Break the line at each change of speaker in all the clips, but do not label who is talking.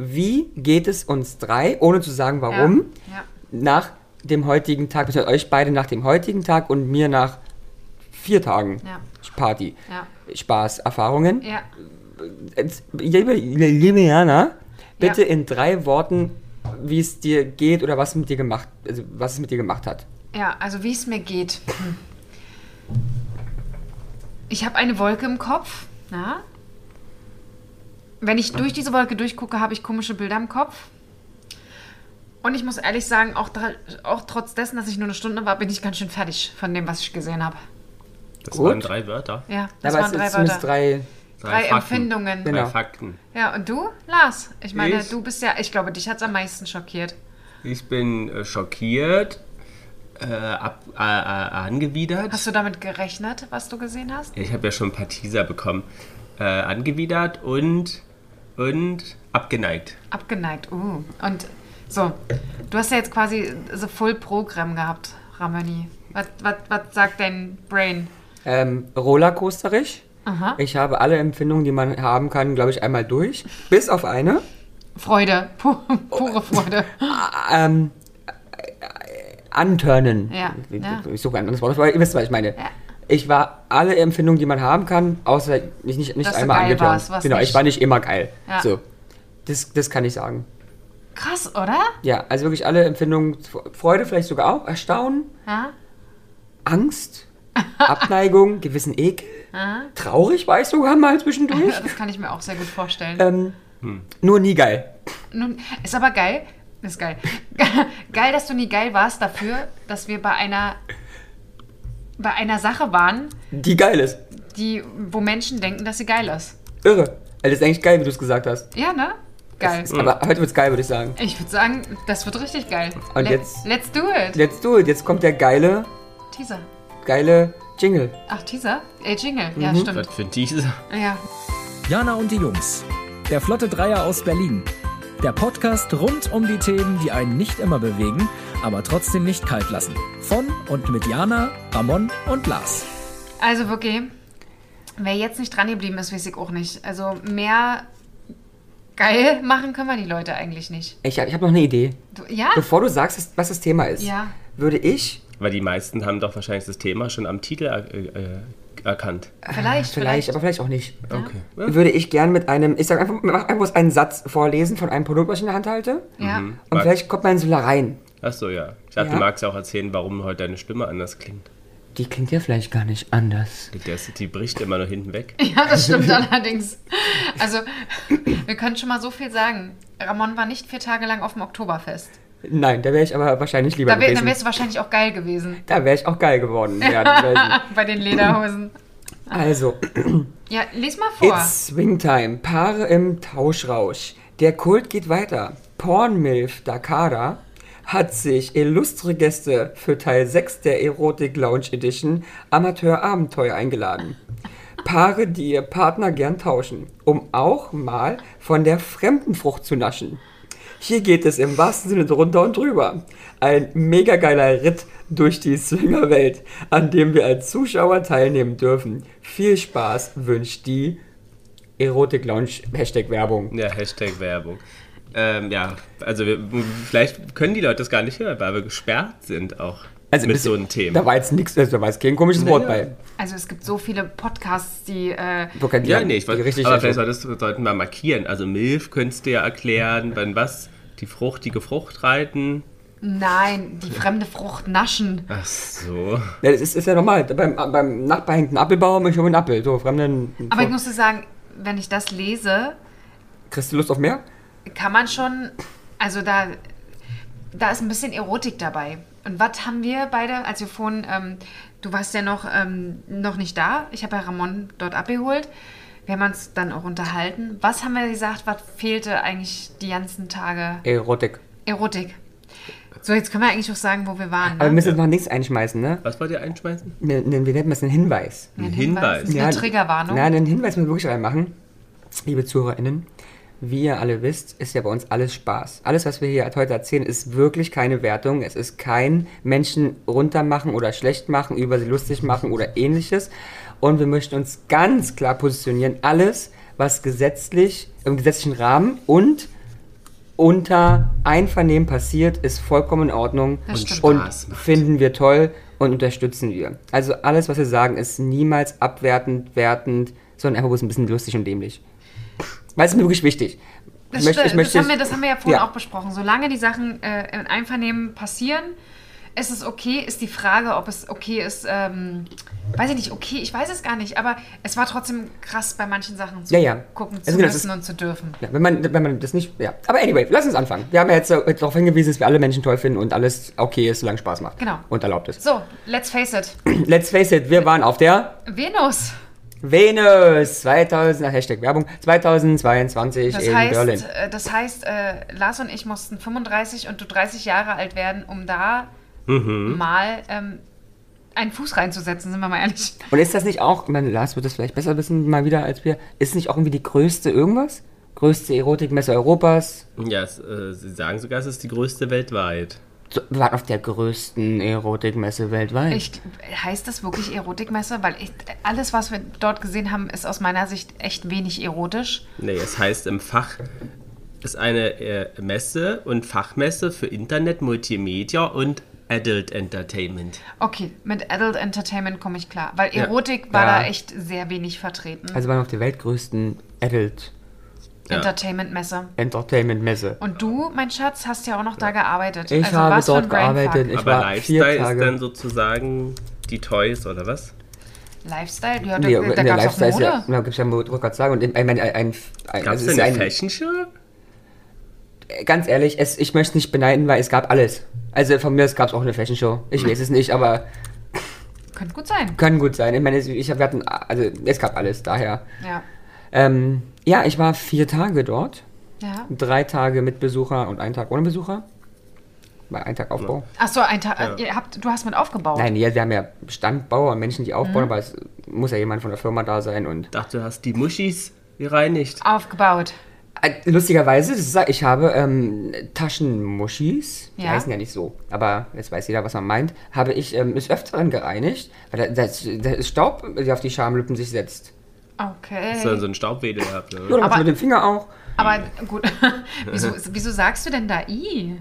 wie geht es uns drei, ohne zu sagen warum,
Ja.
nach dem heutigen Tag, beziehungsweise euch beide nach dem heutigen Tag und mir nach vier Tagen
Ja.
Party,
Ja.
Spaß, Erfahrungen.
Ja.
Jetzt, Liebe, liebe Jana, bitte
Ja.
in drei Worten, wie es dir geht oder was mit dir gemacht, also was es mit dir gemacht hat.
Ja, also wie es mir geht. Ich habe eine Wolke im Kopf. Na? Wenn ich durch diese Wolke durchgucke, habe ich komische Bilder im Kopf. Und ich muss ehrlich sagen, auch, dra- auch trotz dessen, dass ich nur eine Stunde war, bin ich ganz schön fertig von dem, was ich gesehen habe.
Das
Gut.
waren drei Wörter.
Ja, das
Aber es
waren drei
ist zumindest
Wörter.
drei.
Drei
Fakten.
Empfindungen.
Drei
Genau.
Fakten.
Ja, und du, Lars? Ich meine,
Ich?
du bist ja, ich glaube, dich hat es am meisten schockiert.
Ich bin äh, schockiert, äh, ab, äh, äh, angewidert.
Hast du damit gerechnet, was du gesehen hast?
Ja, ich habe ja schon ein paar Teaser bekommen. Äh, angewidert und, und abgeneigt.
Abgeneigt, uh. Und so, du hast ja jetzt quasi so Full Programm gehabt, Ramani. Was, was, was sagt dein Brain?
Ähm, Rollercoasterisch.
Aha.
Ich habe alle Empfindungen, die man haben kann, glaube ich, einmal durch. Bis auf eine.
Freude, pu pure Freude.
Ähm, anturnen.
Ja,
Ich,
ja.
ich suche ein anderes Wort, aber ihr wisst, was ich meine.
Ja.
Ich war alle Empfindungen, die man haben kann, außer nicht, nicht, nicht
Dass du
einmal
geil
angeturnt.
warst, was
genau,
nicht-
ich war nicht immer geil.
Ja.
So. Das, das kann ich sagen.
Krass, oder?
Ja, also wirklich alle Empfindungen, Freude vielleicht sogar auch, Erstaunen,
Ja?
Angst, Abneigung, gewissen Ekel. Traurig war ich sogar mal zwischendurch.
Das kann ich mir auch sehr gut vorstellen.
ähm, Nur nie geil.
Nun, ist aber geil. Ist geil. geil, dass du nie geil warst dafür, dass wir bei einer, bei einer Sache waren,
Die geil ist.
die, wo Menschen denken, dass sie geil ist.
Irre. Also das ist eigentlich geil, wie du es gesagt hast.
Ja, ne? Geil.
Aber heute wird's geil, würde ich sagen.
Ich würde sagen, das wird richtig geil.
Und jetzt-
Let's do it.
Let's do it. Jetzt kommt der geile,
Teaser.
geile Jingle.
Ach, Teaser? Äh, Jingle. Ja,
Mhm.
stimmt.
Was für ein Teaser.
Ja.
Jana und die Jungs. Der Flotte Dreier aus Berlin. Der Podcast rund um die Themen, die einen nicht immer bewegen, aber trotzdem nicht kalt lassen. Von und mit Jana, Ramon und Lars.
Also wirklich, wer jetzt nicht dran geblieben ist, weiß ich auch nicht. Also mehr geil machen können wir die Leute eigentlich nicht.
Ich, hab- ich habe noch eine Idee.
Du, ja?
Bevor du sagst, was- was das Thema ist,
Ah. Ja.
würde ich
Weil die meisten haben doch wahrscheinlich das Thema schon am Titel er, äh, erkannt.
Vielleicht,
vielleicht,
vielleicht.
aber vielleicht auch nicht,
Okay. Ja.
würde ich gern mit einem, ich sag einfach, mach einfach bloß einen Satz vorlesen von einem Produkt, was ich in der Hand halte.
Ja.
Und
Hm. Mag-
vielleicht kommt man so da rein.
Achso, ja. Ich dachte,
Ja.
du magst ja auch erzählen, warum heute deine Stimme anders klingt.
Die klingt ja vielleicht gar nicht anders.
Der City bricht immer noch hinten weg.
ja, das stimmt allerdings. Also, wir können schon mal so viel sagen. Ramon war nicht vier Tage lang auf dem Oktoberfest.
Nein, da wäre ich aber wahrscheinlich lieber
Da wär, dann
gewesen.
wärst du wahrscheinlich auch geil gewesen.
Da wäre ich auch geil geworden. Ja,
Bei den Lederhosen.
also,
Ja, lies mal vor.
It's Swingtime, Paare im Tauschrausch. Der Kult geht weiter. Pornmilf Dakara hat sich illustre Gäste für Teil 6 der Erotik Lounge Edition Amateur Abenteuer eingeladen. Paare, die ihr Partner gern tauschen, um auch mal von der fremden Frucht zu naschen. Hier geht es im wahrsten Sinne drunter und drüber. Ein mega geiler Ritt durch die Swingerwelt, an dem wir als Zuschauer teilnehmen dürfen. Viel Spaß wünscht die Erotik Lounge Hashtag Werbung.
Ja, Hashtag Werbung. Ähm, ja, also wir, vielleicht können die Leute das gar nicht hören, weil wir gesperrt sind auch mit
das-
so einem Thema.
Da war jetzt nichts, da war jetzt kein komisches Wort bei.
Also, es gibt so viele Podcasts, die. Äh,
Wo kann die-
Ja, also- nee, ich
die
wollte,
richtig also
aber vielleicht solltest, sollten wir markieren. Also Milf könntest du ja erklären, wenn was, die fruchtige Frucht reiten.
Nein, die fremde Frucht naschen.
Ach so.
ja, das ist, ist ja normal. Beim, beim Nachbar hängt ein Appelbaum, ich hole einen Appel. So, fremden.
Aber ich muss dir sagen, wenn ich das lese,
Kriegst du Lust auf mehr?
kann man schon, also da, da ist ein bisschen Erotik dabei. Und was haben wir beide, als wir vorhin, ähm, du warst ja noch, ähm, noch nicht da, ich habe ja Ramon dort abgeholt, wir haben uns dann auch unterhalten. Was haben wir gesagt, was fehlte eigentlich die ganzen Tage?
Erotik.
Erotik. So, jetzt können wir eigentlich auch sagen, wo wir waren.
Aber wir
Ne?
müssen jetzt noch nichts einschmeißen, ne?
Was wollt ihr einschmeißen?
Ne- ne- Wie nennt man das? Ein Hinweis.
Ein Hinweis.
Eine Triggerwarnung.
Nein, einen Hinweis müssen wir wirklich reinmachen. Liebe ZuhörerInnen, wie ihr alle wisst, ist ja bei uns alles Spaß. Alles, was wir hier heute erzählen, ist wirklich keine Wertung. Es ist kein Menschen runtermachen oder schlecht machen, über sie lustig machen oder ähnliches. Und wir möchten uns ganz klar positionieren. Alles, was gesetzlich, im gesetzlichen Rahmen und unter Einvernehmen passiert, ist vollkommen in Ordnung
Das stimmt.
und
Spaß macht.
finden wir toll und unterstützen wir. Also alles, was wir sagen, ist niemals abwertend, wertend, sondern einfach bloß ein bisschen lustig und dämlich. Weil es ist mir wirklich wichtig.
Das,
Ich möchte- ich
stimmt.
möchte-
das, haben wir, das haben wir ja vorhin
Ja.
auch besprochen. Solange die Sachen äh, im Einvernehmen passieren, ist es okay, ist die Frage, ob es okay ist, ähm, weiß ich nicht, okay, ich weiß es gar nicht, aber es war trotzdem krass, bei manchen Sachen zu
Ja, ja.
gucken,
Also
zu
genau, das
müssen
ist-
und zu dürfen.
Ja, wenn man, wenn man das nicht. Ja. Aber anyway, lass uns anfangen. Wir haben ja jetzt äh, darauf hingewiesen, dass wir alle Menschen toll finden und alles okay ist, solange Spaß macht.
Genau.
Und erlaubt ist.
So, let's face it.
Let's face it, wir waren auf der
Venus.
Venus 2000, Hashtag Werbung, 2022
Das
in Berlin.
heißt, äh, das heißt äh, Lars und ich mussten 35 und du 30 Jahre alt werden, um da
Mhm.
mal ähm, einen Fuß reinzusetzen, sind wir mal ehrlich.
Und ist das nicht auch, ich meine, Lars wird das vielleicht besser wissen, mal wieder als wir, ist nicht auch irgendwie die größte irgendwas? Größte Erotikmesse Europas?
Ja, es, äh, sie sagen sogar, es ist die größte weltweit.
So, Wir waren auf der größten Erotikmesse weltweit.
Ich, heißt das wirklich Erotikmesse? Weil ich, alles, was wir dort gesehen haben, ist aus meiner Sicht echt wenig erotisch.
Nee, es heißt im Fach ist eine äh, Messe und Fachmesse für Internet, Multimedia und Adult Entertainment.
Okay, mit Adult Entertainment komme ich klar. Weil
Ja.
Erotik war
Ja.
da echt sehr wenig vertreten.
also wir waren auf der weltgrößten Adult
Entertainment-Messe.
Entertainment Messe.
Und du, mein Schatz, hast ja auch noch da gearbeitet.
Ich
also
habe
was für ein
dort
Brainfuck.
gearbeitet. Ich
Aber
war
Lifestyle
vier
ist
Tage.
dann sozusagen die Toys oder was?
Lifestyle? Ja, Oh, da,
Nee,
da
nee,
gab es auch
Lifestyle
Mode.
ist ja, genau, gibt's ja, wollte ich gerade sagen. Und ich meine, ein, ein, ein
Gab
es
es
ist
denn eine
ein-
Fashion Show?
ganz ehrlich, es, ich möchte es nicht beneiden, weil es gab alles. Also von mir aus gab es auch eine Fashion Show. Ich
Hm.
weiß es nicht, aber
Könnte gut sein.
kann gut sein. Ich meine, ich hab- wir hatten, also es gab alles, daher.
Ja.
Ähm, ja, ich war vier Tage dort.
ja.
Drei Tage mit Besucher und einen Tag ohne Besucher. Bei einem Tag Aufbau.
Achso, ein Tag. Ihr habt, du hast mit aufgebaut.
Nein, ja, wir haben ja Standbauer, Menschen, die aufbauen,
Mhm.
aber es muss ja jemand von der Firma da sein und
Dachte, du hast die Muschis gereinigt.
Aufgebaut.
Äh, Lustigerweise, das ist, ich habe ähm, Taschenmuschis, die
Ja.
heißen ja nicht so, aber jetzt weiß jeder, was man meint, habe ich ähm, des Öfteren gereinigt, weil da, das, das ist Staub, der auf die Schamlippen sich setzt. also
Okay.
Hast du dann so einen Staubwedel gehabt? ne?
Ja,
Oder?
du machst
Aber-
mit dem Finger auch.
Aber gut, wieso, wieso sagst du denn da I?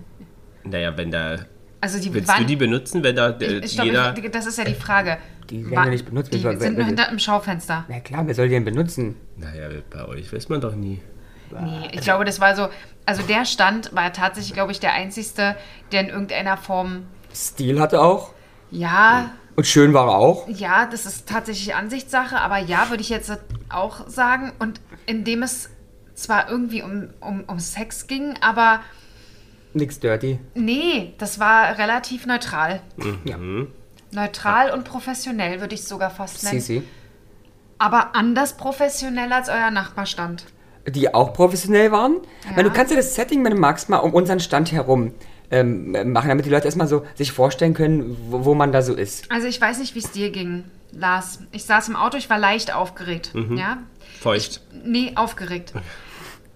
Naja, wenn da.
Also die
Willst
waren.
du die benutzen, wenn da äh,
ich, ich, glaub,
jeder.
ich, das ist ja die Frage.
Äh, Die werden
Wa-
ja nicht benutzt,
Die
wir- wir-
sind
wir-
nur hinter im Schaufenster.
Na klar, wer soll die denn benutzen?
Naja, bei euch weiß man doch nie.
Nee, ich glaube, das war so. Also der Stand war tatsächlich, glaube ich, der einzigste, der in irgendeiner Form.
Stil hatte auch
Ja,
und schön war er auch.
ja, das ist tatsächlich Ansichtssache, aber ja, würde ich jetzt auch sagen. Und indem es zwar irgendwie um, um, um Sex ging, aber
Nix dirty.
nee, das war relativ neutral.
Ja,
Mhm. Neutral und professionell, würde ich es sogar fast nennen.
Sisi.
Aber anders professionell als euer Nachbarstand.
Die auch professionell waren. Ich meine, du kannst ja das Setting, wenn du magst, mal um unseren Stand herum ähm, machen, damit die Leute erstmal so sich vorstellen können, wo, wo man da so ist.
Also ich weiß nicht, wie es dir ging, Lars. Ich saß im Auto, ich war leicht aufgeregt. Ja?
Feucht.
Nee, aufgeregt.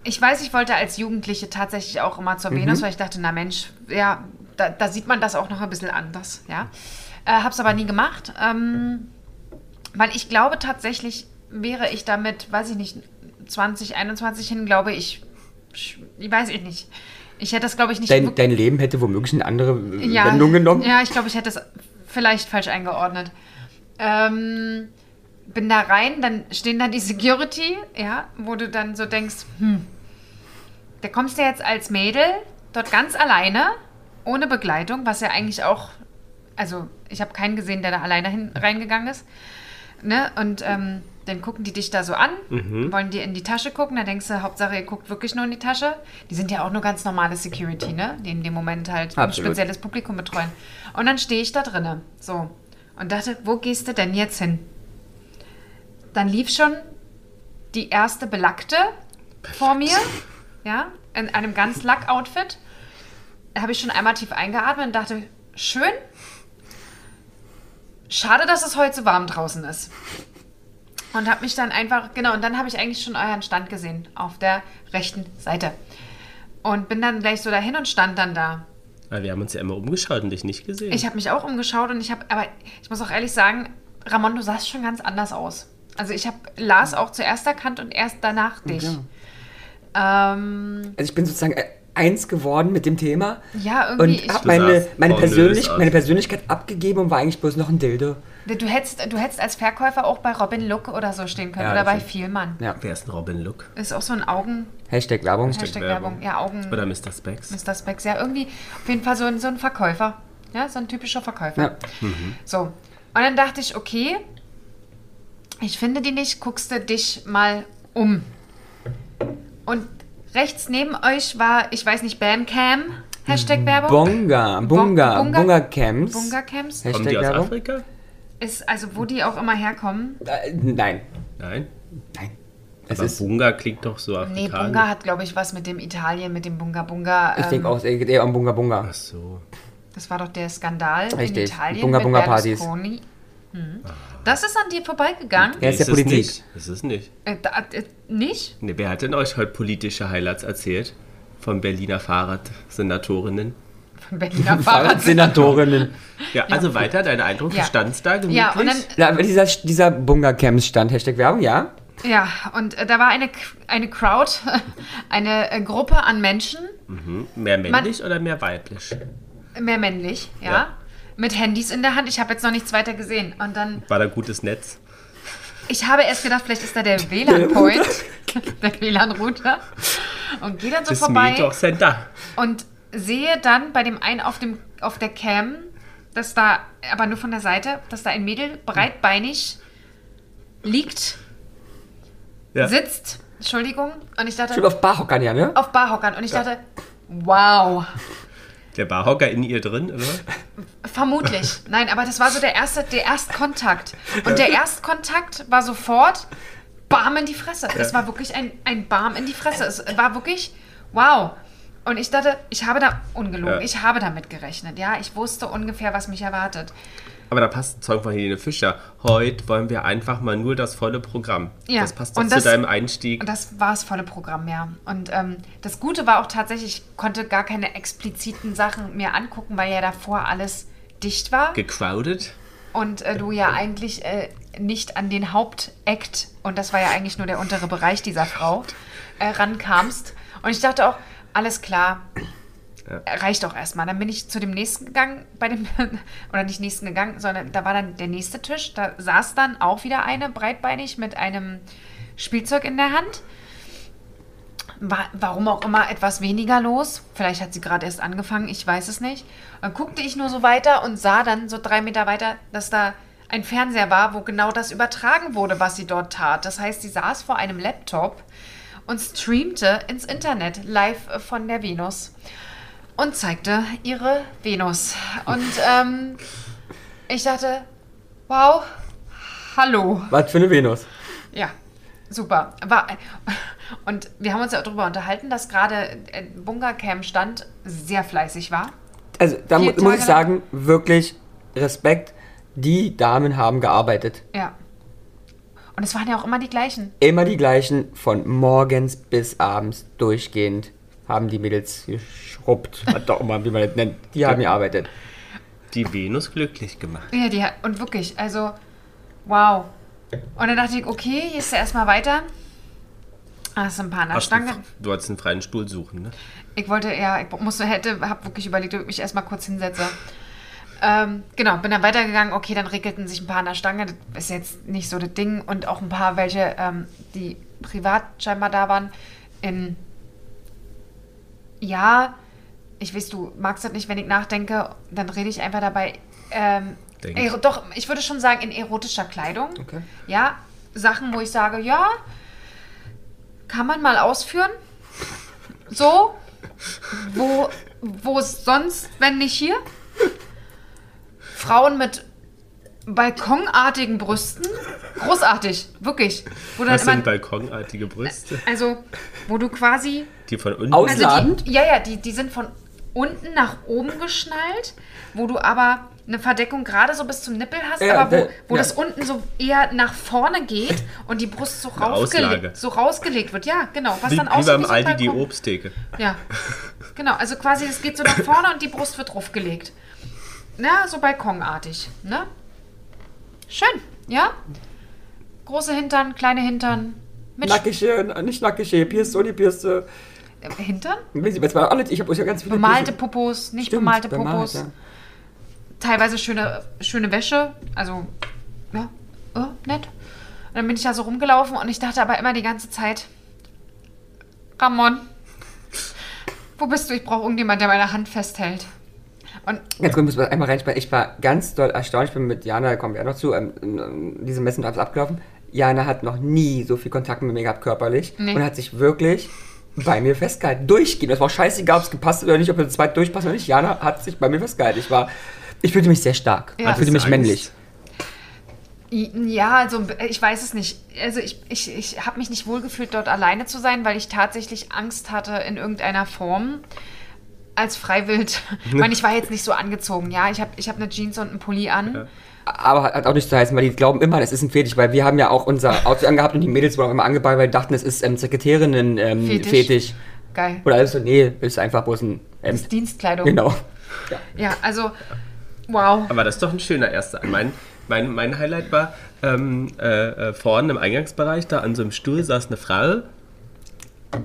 Ich weiß, ich wollte als Jugendliche tatsächlich auch immer zur Venus, weil ich dachte, na Mensch, ja, da, da sieht man das auch noch ein bisschen anders, ja. Äh, hab's aber nie gemacht, ähm, weil ich glaube tatsächlich wäre ich damit, weiß ich nicht, 20, 21 hin, glaube ich, sch- ich weiß ich nicht. Ich hätte das, glaube ich, nicht
Dein,
wirklich-
dein Leben hätte womöglich eine andere äh, Wendung genommen.
Ja, ich glaube, ich hätte es vielleicht falsch eingeordnet. Ähm, bin da rein, dann stehen da die Security, ja, wo du dann so denkst, hm, da kommst du jetzt als Mädel dort ganz alleine, ohne Begleitung, was ja eigentlich auch, also ich habe keinen gesehen, der da alleine hin, reingegangen ist. Ne? Und ähm, dann gucken die dich da so an, wollen dir in die Tasche gucken. Da denkst du, Hauptsache, ihr guckt wirklich nur in die Tasche. Die sind ja auch nur ganz normale Security, ne? die in dem Moment halt ein
Absolut.
spezielles Publikum betreuen. Und dann stehe ich da drinne, so. Und dachte, wo gehst du denn jetzt hin? Dann lief schon die erste Belackte vor mir, ja, in einem ganz Lack-Outfit. Da habe ich schon einmal tief eingeatmet und dachte, schön. Schade, dass es heute so warm draußen ist. Und habe mich dann einfach, genau, und dann habe ich eigentlich schon euren Stand gesehen auf der rechten Seite. Und bin dann gleich so dahin und stand dann da.
Aber Ah, wir haben uns ja immer umgeschaut und dich nicht gesehen.
Ich habe mich auch umgeschaut und ich habe, aber ich muss auch ehrlich sagen, Ramon, du sahst schon ganz anders aus. Also ich habe Lars auch zuerst erkannt und erst danach dich. Ähm,
Also ich bin sozusagen äh, eins geworden mit dem Thema.
Ja, irgendwie.
Und
Ich,
habe
Du
meine,
sahst
meine,
pornös
Persönlich
aus.
meine Persönlichkeit abgegeben und war eigentlich bloß noch ein Dildo.
du, hättest, du hättest als Verkäufer auch bei Robin Look oder so stehen können
Ja,
oder
das
bei
ist-
Vielmann.
Ja.
Wer ist ein Robin Look?
Ist auch so ein Augen.
Hashtag Werbung.
Hashtag Werbung.
Werbung.
Ja, Augen.
Oder Mr. Specs?
Mr. Specs. Ja, irgendwie auf jeden Fall so ein, so ein Verkäufer. Ja, so ein typischer Verkäufer.
Ja.
So. Und dann dachte ich, okay, ich finde die nicht, guckst du dich mal um. Und rechts neben euch war, ich weiß nicht, Bandcam,
Mhm.
Hashtag Werbung.
Bonga, Bunga,
Bunga-
Bunga Camps.
Bunga Camps.
Hashtag
Kommen die aus
Werbung.
Afrika?
Ist, also wo die auch immer herkommen.
Äh, nein,
Nein.
nein. Es
Aber
ist,
Bunga klingt doch so
Nee,
afrikanisch.
Bunga hat, glaube ich, was mit dem Italien, mit dem Bunga Bunga. ähm,
ich denke auch, es geht eher um Bunga Bunga.
Ach so.
Das war doch der Skandal in
Richtig.
Italien
Bunga
mit
Bunga Partys.
Berlusconi. Mhm. Das ist an dir vorbeigegangen.
Ja, ist ja
es
Politik.
Nicht. Es ist nicht.
Äh, da, äh, nicht?
Nee, Ne, wer hat denn euch heute politische Highlights erzählt? Von Berliner Fahrradsenatorinnen?
Von Berliner Fahrrad.
Fahrradsenatorinnen.
Ja, also weiter, dein Eindruck,
Ja.
du standst da gemütlich?
Ja, und dann,
Na, dieser, dieser Bunga Camps stand, Hashtag Werbung, ja?
ja, und äh, da war eine, K- eine Crowd, eine äh, Gruppe an Menschen,
Mhm. mehr männlich oder mehr weiblich?
mehr männlich, ja,
Ja.
mit Handys in der Hand. Ich habe jetzt noch nichts weiter gesehen. Und dann,
War da gutes Netz?
ich habe erst gedacht, vielleicht ist da der WLAN-Point, der WLAN-Router. Und gehe dann so
Das
vorbei.
Meteor Center.
Und sehe dann bei dem einen auf, dem, auf der Cam, dass da, aber nur von der Seite, dass da ein Mädel breitbeinig liegt,
Ja.
sitzt, Entschuldigung, und ich dachte,
Schon auf Barhockern, ja, ne?
auf Barhockern, und ich dachte, wow,
Der Barhocker in ihr drin, oder?
vermutlich. Nein, aber das war so der erste, der Erstkontakt. Und der Erstkontakt war sofort Bam in die Fresse. Es war wirklich ein, ein Bam in die Fresse. Es war wirklich, wow. Und ich dachte, ich habe da, ungelogen,
Ja.
ich habe damit gerechnet. Ja, ich wusste ungefähr, was mich erwartet.
Aber da passt ein Song von Helene Fischer. Heute wollen wir einfach mal nur das volle Programm.
Ja.
Das passt doch
Und
zu
das-
deinem Einstieg.
Und das war das volle Programm, ja. Und ähm, das Gute war auch tatsächlich, ich konnte gar keine expliziten Sachen mir angucken, weil ja davor alles dicht war.
Gecrowded?
Und äh, du ja eigentlich äh, nicht an den Hauptakt, und das war ja eigentlich nur der untere Bereich dieser Frau, äh, rankamst. Und ich dachte auch, alles klar, reicht auch erstmal. Dann bin ich zu dem nächsten gegangen, bei dem, oder nicht nächsten gegangen, sondern da war dann der nächste Tisch. Da saß dann auch wieder eine breitbeinig mit einem Spielzeug in der Hand. Wa- Warum auch immer etwas weniger los. Vielleicht hat sie gerade erst angefangen, ich weiß es nicht. Dann guckte ich nur so weiter und sah dann so drei Meter weiter, dass da ein Fernseher war, wo genau das übertragen wurde, was sie dort tat. Das heißt, sie saß vor einem Laptop und streamte ins Internet live äh, von der Venus und zeigte ihre Venus. Und ähm, ich dachte, wow, hallo.
Was für eine Venus.
Ja, super. War, und wir haben uns ja auch darüber unterhalten, dass gerade äh, Bunga Cam stand sehr fleißig war.
Also, da mu
Vier
muss ich
Tage
sagen, wirklich Respekt. Die Damen haben gearbeitet.
Ja. Und es waren ja auch immer die gleichen.
Immer die gleichen, von morgens bis abends durchgehend haben die Mädels geschrubbt. Was auch immer, wie man das nennt. ne? Die haben gearbeitet.
Die Venus glücklich gemacht.
Ja, die, und wirklich, also, wow. Und dann dachte ich, okay, hier ist ja erstmal weiter. Hast du ein paar an der
Hast du,
Stange.
einen- du wolltest einen freien Stuhl suchen, ne?
Ich wollte, ja, ich musste, hätte, hab wirklich überlegt, ob ich mich erstmal kurz hinsetze. Ähm, genau, bin dann weitergegangen. Okay, dann regelten sich ein paar an der Stange. Das ist jetzt nicht so das Ding. Und auch ein paar, welche, ähm, die privat scheinbar da waren, in. Ja, ich weiß, du magst das nicht, wenn ich nachdenke, dann rede ich einfach dabei. Ähm,
Denk.
ero- doch, ich würde schon sagen, in erotischer Kleidung.
Okay.
Ja, Sachen, wo ich sage, ja, kann man mal ausführen. So, wo, wo ist sonst, wenn nicht hier? Frauen mit balkonartigen Brüsten. Großartig, wirklich. Wo dann
Das sind
immer,
balkonartige Brüste,
also, wo du quasi.
die von unten.
Aus-
Also
Land?
die, ja, ja, die, die sind von unten nach oben geschnallt, wo du aber eine Verdeckung gerade so bis zum Nippel hast,
Ja,
aber wo,
da-
wo
ja.
das unten so eher nach vorne geht und die Brust so,
Auslage.
rausgelegt, so rausgelegt wird. Ja, genau. Was
wie,
dann aussieht
wie beim
wie so ein
Aldi die
Balkon.
Obsttheke.
Ja, genau. Also quasi, es geht so nach vorne und die Brust wird draufgelegt. Na, so balkonartig, ne? Schön, ja? Große Hintern, kleine Hintern, mit
Nackige, nicht nackige, Pierste, ohne Pierste.
äh, Hintern?
Weiß ich, weiß man auch nicht. Ich habe ja ganz viele.
Bemalte
Grüße.
Popos, nicht
Stimmt,
bemalte
bemalt,
Popos.
ja.
Teilweise schöne, schöne Wäsche. Also, ja, äh, nett. Und dann bin ich da so rumgelaufen und ich dachte aber immer die ganze Zeit, Ramon, wo bist du? Ich brauche irgendjemand, der meine Hand festhält. Und
Ganz kurz muss man einmal reinsprechen. Ich war ganz doll erstaunt. Ich bin mit Jana, da kommen wir ja noch zu, ähm, ähm, diese Messen ist abgelaufen. Jana hat noch nie so viel Kontakt mit mir gehabt, körperlich.
Nee.
Und hat sich wirklich bei mir festgehalten. Durchgehend. Das war auch scheißegal, ob es gepasst hat oder nicht, ob wir zu zweit durchpassen oder nicht. Jana hat sich bei mir festgehalten. Ich war, ich fühlte mich sehr stark.
Ja.
Ich fühlte mich
Angst.
männlich.
Ja, also ich weiß es nicht. Also ich, ich, ich habe mich nicht wohlgefühlt, dort alleine zu sein, weil ich tatsächlich Angst hatte in irgendeiner Form als Freiwild. ich meine, ich war jetzt nicht so angezogen, ja. Ich habe ich hab eine Jeans und einen Pulli an.
Aber hat, hat auch nicht zu heißen, weil die glauben immer, das ist ein Fetisch, weil wir haben ja auch unser Outfit angehabt und die Mädels wurden auch immer angeballt, weil die dachten, es ist ähm, Sekretärinnen-Fetisch.
Fetisch. Geil.
Oder alles so, nee, ist einfach bloß ein Hemd.
Das ist Dienstkleidung.
Genau.
Ja, also wow.
Aber das ist doch ein schöner erster. Mein, mein, mein Highlight war, ähm, äh, äh, vorne im Eingangsbereich, da an so einem Stuhl saß eine Frau.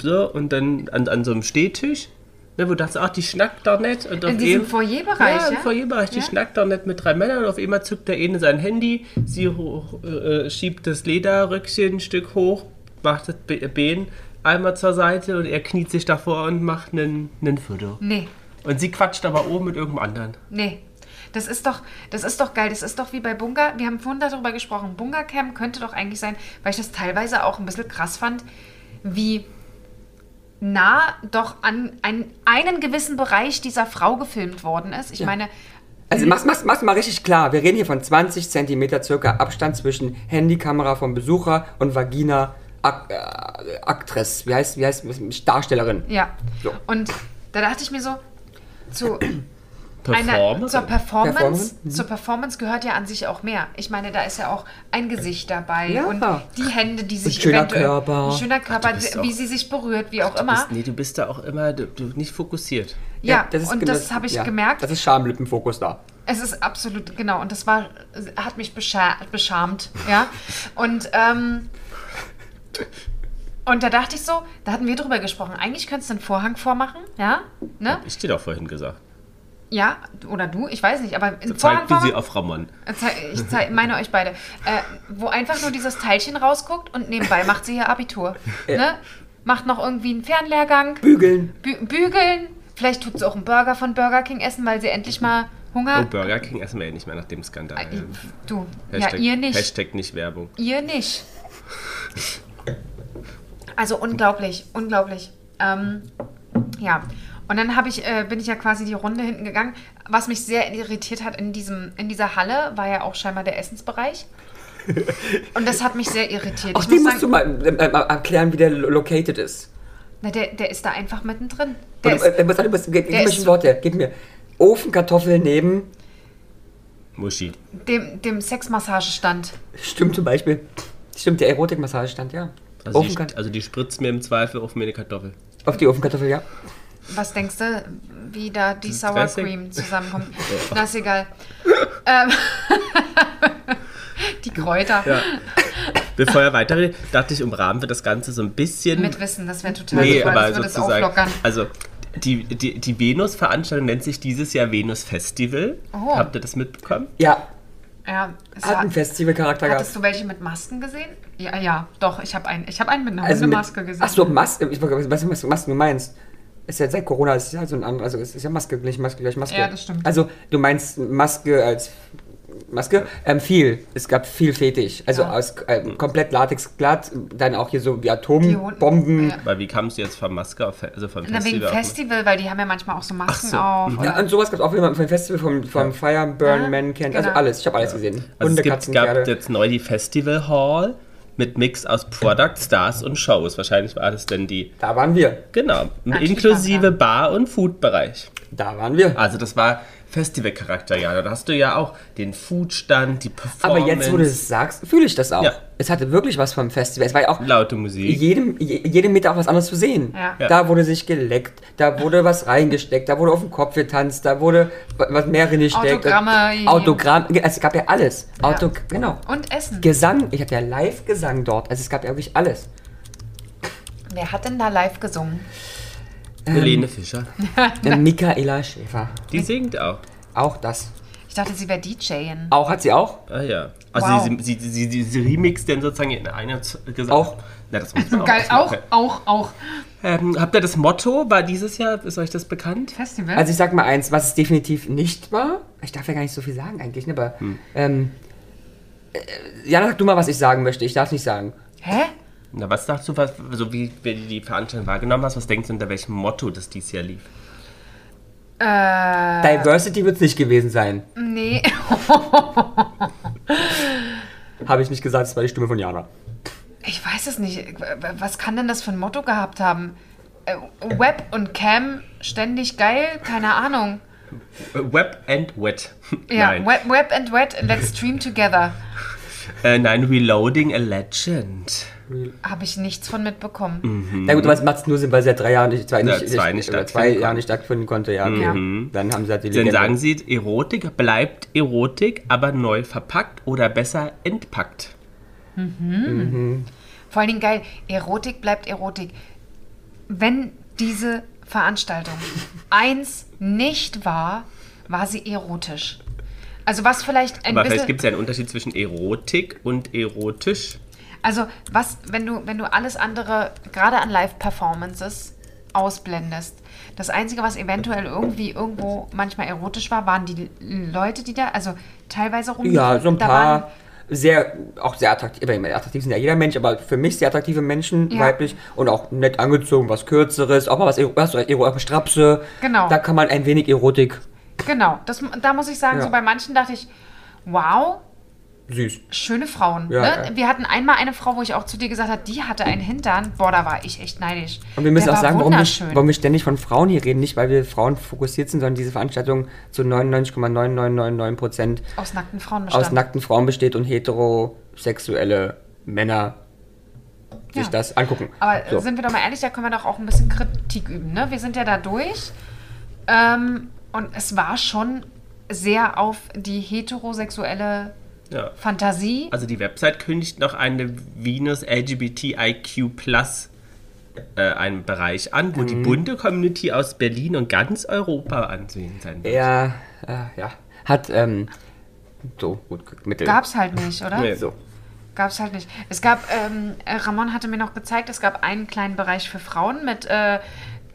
So, und dann an, an so einem Stehtisch, ne, wo du dachtest, ach, die schnackt doch nicht. Und auf
In diesem
eben-
Foyerbereich,
Ja,
ja?
im Foyerbereich. Die
Ja.
schnackt doch nicht mit drei Männern. Und auf einmal zückt der eine sein Handy, sie hoch, äh, schiebt das Lederröckchen ein Stück hoch, macht das Be- Bein einmal zur Seite und er kniet sich davor und macht einen einen Foto.
Nee,
Und sie quatscht aber oben mit irgendeinem anderen.
nee. Das ist doch, das ist doch geil. Das ist doch wie bei Bunga. Wir haben vorhin darüber gesprochen. Bunga Cam könnte doch eigentlich sein, weil ich das teilweise auch ein bisschen krass fand, wie nah doch an einen, einen gewissen Bereich dieser Frau gefilmt worden ist. Ich meine,
Also mach's, mach's, mach's mal richtig klar. Wir reden hier von 20 cm circa Abstand zwischen Handykamera vom Besucher und Vagina Ak äh, Aktress. Wie heißt, wie heißt Darstellerin?
ja.
So.
Und da dachte ich mir so, zu
Performer?
Einer, zur Performance,
Performance, Mhm.
Zur Performance gehört ja an sich auch mehr. Ich meine, da ist ja auch ein Gesicht dabei
Ja.
und die Hände, die sich
schöner
eventuell-
Körper.
ein schöner Körper,
bist
wie-
auch-
wie sie sich berührt, wie auch immer.
Nee, du bist da auch immer du, du, nicht fokussiert.
Ja,
ist
und
genau-
das habe ich
ja,
gemerkt.
Das ist Schamlippenfokus da.
Es ist absolut, genau, und das war, hat mich bescha beschamt, ja. Und, ähm, und da dachte ich so, da hatten wir drüber gesprochen, eigentlich könntest du einen Vorhang vormachen, ja, ne?
Ich dir doch vorhin gesagt.
Ja, oder du, ich weiß nicht, aber einen Vorhang
Zeigt wie sie
vormachen.
auf Ramon.
Zei- Ich zei- meine euch beide. Äh, wo einfach nur dieses Teilchen rausguckt und nebenbei macht sie ihr Abitur. Ne? Macht noch irgendwie einen Fernlehrgang,
Bügeln.
bü bügeln. Vielleicht tut sie auch einen Burger von Burger King essen, weil sie endlich mal
Oh,
Hunger.
Burger King essen wir ja nicht mehr nach dem Skandal.
Äh,
Ähm,
du,
Hashtag-
ja, ihr nicht.
Hashtag nicht Werbung.
Ihr nicht. Also unglaublich, unglaublich. Ähm, ja. Und dann habe ich, äh, bin ich ja quasi die Runde hinten gegangen. Was mich sehr irritiert hat in, diesem, in dieser Halle, war ja auch scheinbar der Essensbereich. Und das hat mich sehr irritiert.
Auch
ich
die
muss
musst du
sagen,
mal ähm, ähm, erklären, wie der lo- located ist.
na, der, der ist da einfach mittendrin. Der
Und,
ist,
äh, was, was, gib, gib mir
ist-
ein Wort her. Gib mir. Ofenkartoffeln neben,
Muschi.
dem, dem Sexmassagestand.
stimmt zum Beispiel, stimmt der Erotikmassage stand, ja.
Also die,
Ofenkart-
also die spritzt mir im Zweifel auf meine Kartoffel.
auf die Ofenkartoffel, ja.
Was denkst du, wie da die Sour
Dressing?
Cream zusammenkommt? Na, ist egal. ähm, die Kräuter.
Bevor er weiterredet, dachte ich, umrahmen wir das Ganze so ein bisschen.
Mit Also Wissen, das wäre total
nee,
super,
aber
das würde es
sozusagen.
auflockern.
Also die, die, die Venus-Veranstaltung nennt sich dieses Jahr Venus Festival.
Oh.
Habt ihr das mitbekommen?
Ja,
Ja, es
hat
war,
einen Festivalcharakter gehabt.
hattest du welche mit Masken gesehen? Ja, ja, doch, ich habe einen, ich hab einen mit einer
Also mit-
Hundemaske gesehen.
Ach so, Maske. Ich weiß nicht, was du Masken meinst. Ist ja seit Corona ist ja so ein anderer, also es ist ja Maske gleich Maske gleich Maske.
Ja, das stimmt.
Also du meinst Maske als Maske? Ähm, viel. Es gab viel Fetisch. Also
Ja.
aus ähm, komplett Latex glatt, dann auch hier so wie Atombomben.
Hunden- ja.
Weil wie kamst du jetzt vom Maske auf, Fe- also vom
Na, wegen
Festival? auf-
Festival, weil die haben ja manchmal auch so Masken
Ach so,
auf.
Mhm. Ja, und sowas gab es auch immer vom Festival, vom, vom Fire Burn Man kennt. Also
genau.
alles, ich habe alles gesehen.
Also
Hunde,
es gibt,
Katzen,
gab
Pferde.
jetzt neu die Festival Hall mit Mix aus Product, Stars und Shows. Wahrscheinlich war das denn die,
Da waren wir.
genau,
Antifa,
inklusive Bar- und Food-Bereich.
Da waren wir.
Also das war Festivalcharakter, ja. Da hast du ja auch den Foodstand, die
Aber
Performance,
jetzt, wo du es sagst, fühle ich das auch.
Ja.
Es hatte wirklich was vom Festival. Es war ja auch
laute Musik.
jedem, je- jedem Meter auch was anderes zu sehen.
Ja. Ja.
Da wurde sich geleckt, da wurde was reingesteckt, da wurde auf den Kopf getanzt, da wurde wa- was mehr reingesteckt.
Autogramme.
Autogramm, ge- also es gab ja alles. Auto,
Ja.
Genau.
Und Essen.
Gesang, ich hatte ja Live-Gesang dort, also es gab ja wirklich alles.
Wer hat denn da live gesungen?
Helene Fischer.
Äh, Michaela Schäfer.
Die singt auch.
Auch das.
Ich dachte, sie wäre DJin.
Auch hat sie auch?
Ah ja. Also
Wow.
sie, sie, sie, sie, sie remixt dann sozusagen in einer Z- gesagt.
Auch.
Na, das muss man auch.
Geil,
erst
auch,
machen.
auch, auch.
Ähm, habt ihr das Motto? War dieses Jahr, ist euch das bekannt?
Festival?
Also ich sag mal eins, was es definitiv nicht war. Ich darf ja gar nicht so viel sagen eigentlich, ne? Aber ähm, äh, Jana, sag du mal, was ich sagen möchte. Ich darf nicht sagen.
Hä?
Na, was sagst du, was, so wie wenn du die Veranstaltung wahrgenommen hast, was denkst du, unter welchem Motto das dieses Jahr lief?
Äh,
Diversity wird es nicht gewesen sein.
nee.
Habe ich nicht gesagt, das war die Stimme von Jana.
Ich weiß es nicht. Was kann denn das für ein Motto gehabt haben? Äh, Web und Cam ständig geil? Keine Ahnung.
Äh, Web and Wet.
Ja,
nein.
Web, Web and Wet, let's stream together.
Äh, nein, Reloading a Legend.
Habe ich nichts von
Mhm.
mitbekommen.
Na gut, aber es macht nur Sinn, weil sie ja drei Jahre nicht, zwei,
Ja,
nicht,
zwei nicht
oder zwei
stattfinden
Jahre
konnte.
nicht stattfinden konnte. Ja, okay.
Ja.
Dann haben sie halt die
Dann
Legende.
sagen sie, Erotik bleibt Erotik, aber neu verpackt oder besser entpackt.
Vor allen Dingen geil, Erotik bleibt Erotik. Wenn diese Veranstaltung eins nicht war, war sie erotisch. Also was vielleicht ein
Aber
bisschen...
vielleicht gibt es ja einen Unterschied zwischen Erotik und erotisch.
Also, was, wenn du, wenn du alles andere, gerade an Live-Performances, ausblendest. Das Einzige, was eventuell irgendwie irgendwo manchmal erotisch war, waren die Leute, die da, also teilweise rum.
ja, so ein
da
paar
waren-
sehr, auch sehr attraktiv, aber ich meine, attraktiv sind ja jeder Mensch, aber für mich sehr attraktive Menschen,
Ja.
weiblich und auch nett angezogen, was Kürzeres, auch mal was, Ero- was Ero- auch mal Strapse.
Genau.
Da kann man ein wenig Erotik,
Genau, das, da muss ich sagen,
Ja.
so bei manchen dachte ich, wow,
süß.
schöne Frauen.
Ja,
ne?
ja.
Wir hatten einmal eine Frau, wo ich auch zu dir gesagt habe, die hatte einen Hintern. Boah, da war ich echt neidisch.
Und wir müssen
Der
auch
war
sagen, warum wir,
wunderschön.
warum wir ständig von Frauen hier reden, nicht weil wir Frauen fokussiert sind, sondern diese Veranstaltung zu 99,9999%
aus nackten Frauen bestand.
aus nackten Frauen besteht und heterosexuelle Männer sich
Ja.
das angucken.
Aber
So.
sind wir doch mal ehrlich, da können wir doch auch ein bisschen Kritik üben. Ne? Wir sind ja da durch. Ähm, und es war schon sehr auf die heterosexuelle
Ja.
Fantasie.
Also die Website kündigt noch eine Venus LGBTIQ Plus äh, einen Bereich an, wo die bunte Community aus Berlin und ganz Europa ansehen sein wird.
Ja, äh, ja. Hat, ähm, so, gut, Mittel.
Gab's halt nicht, oder?
Nee.
So.
Gab's halt nicht. Es gab, ähm, äh, Ramon hatte mir noch gezeigt, es gab einen kleinen Bereich für Frauen mit äh,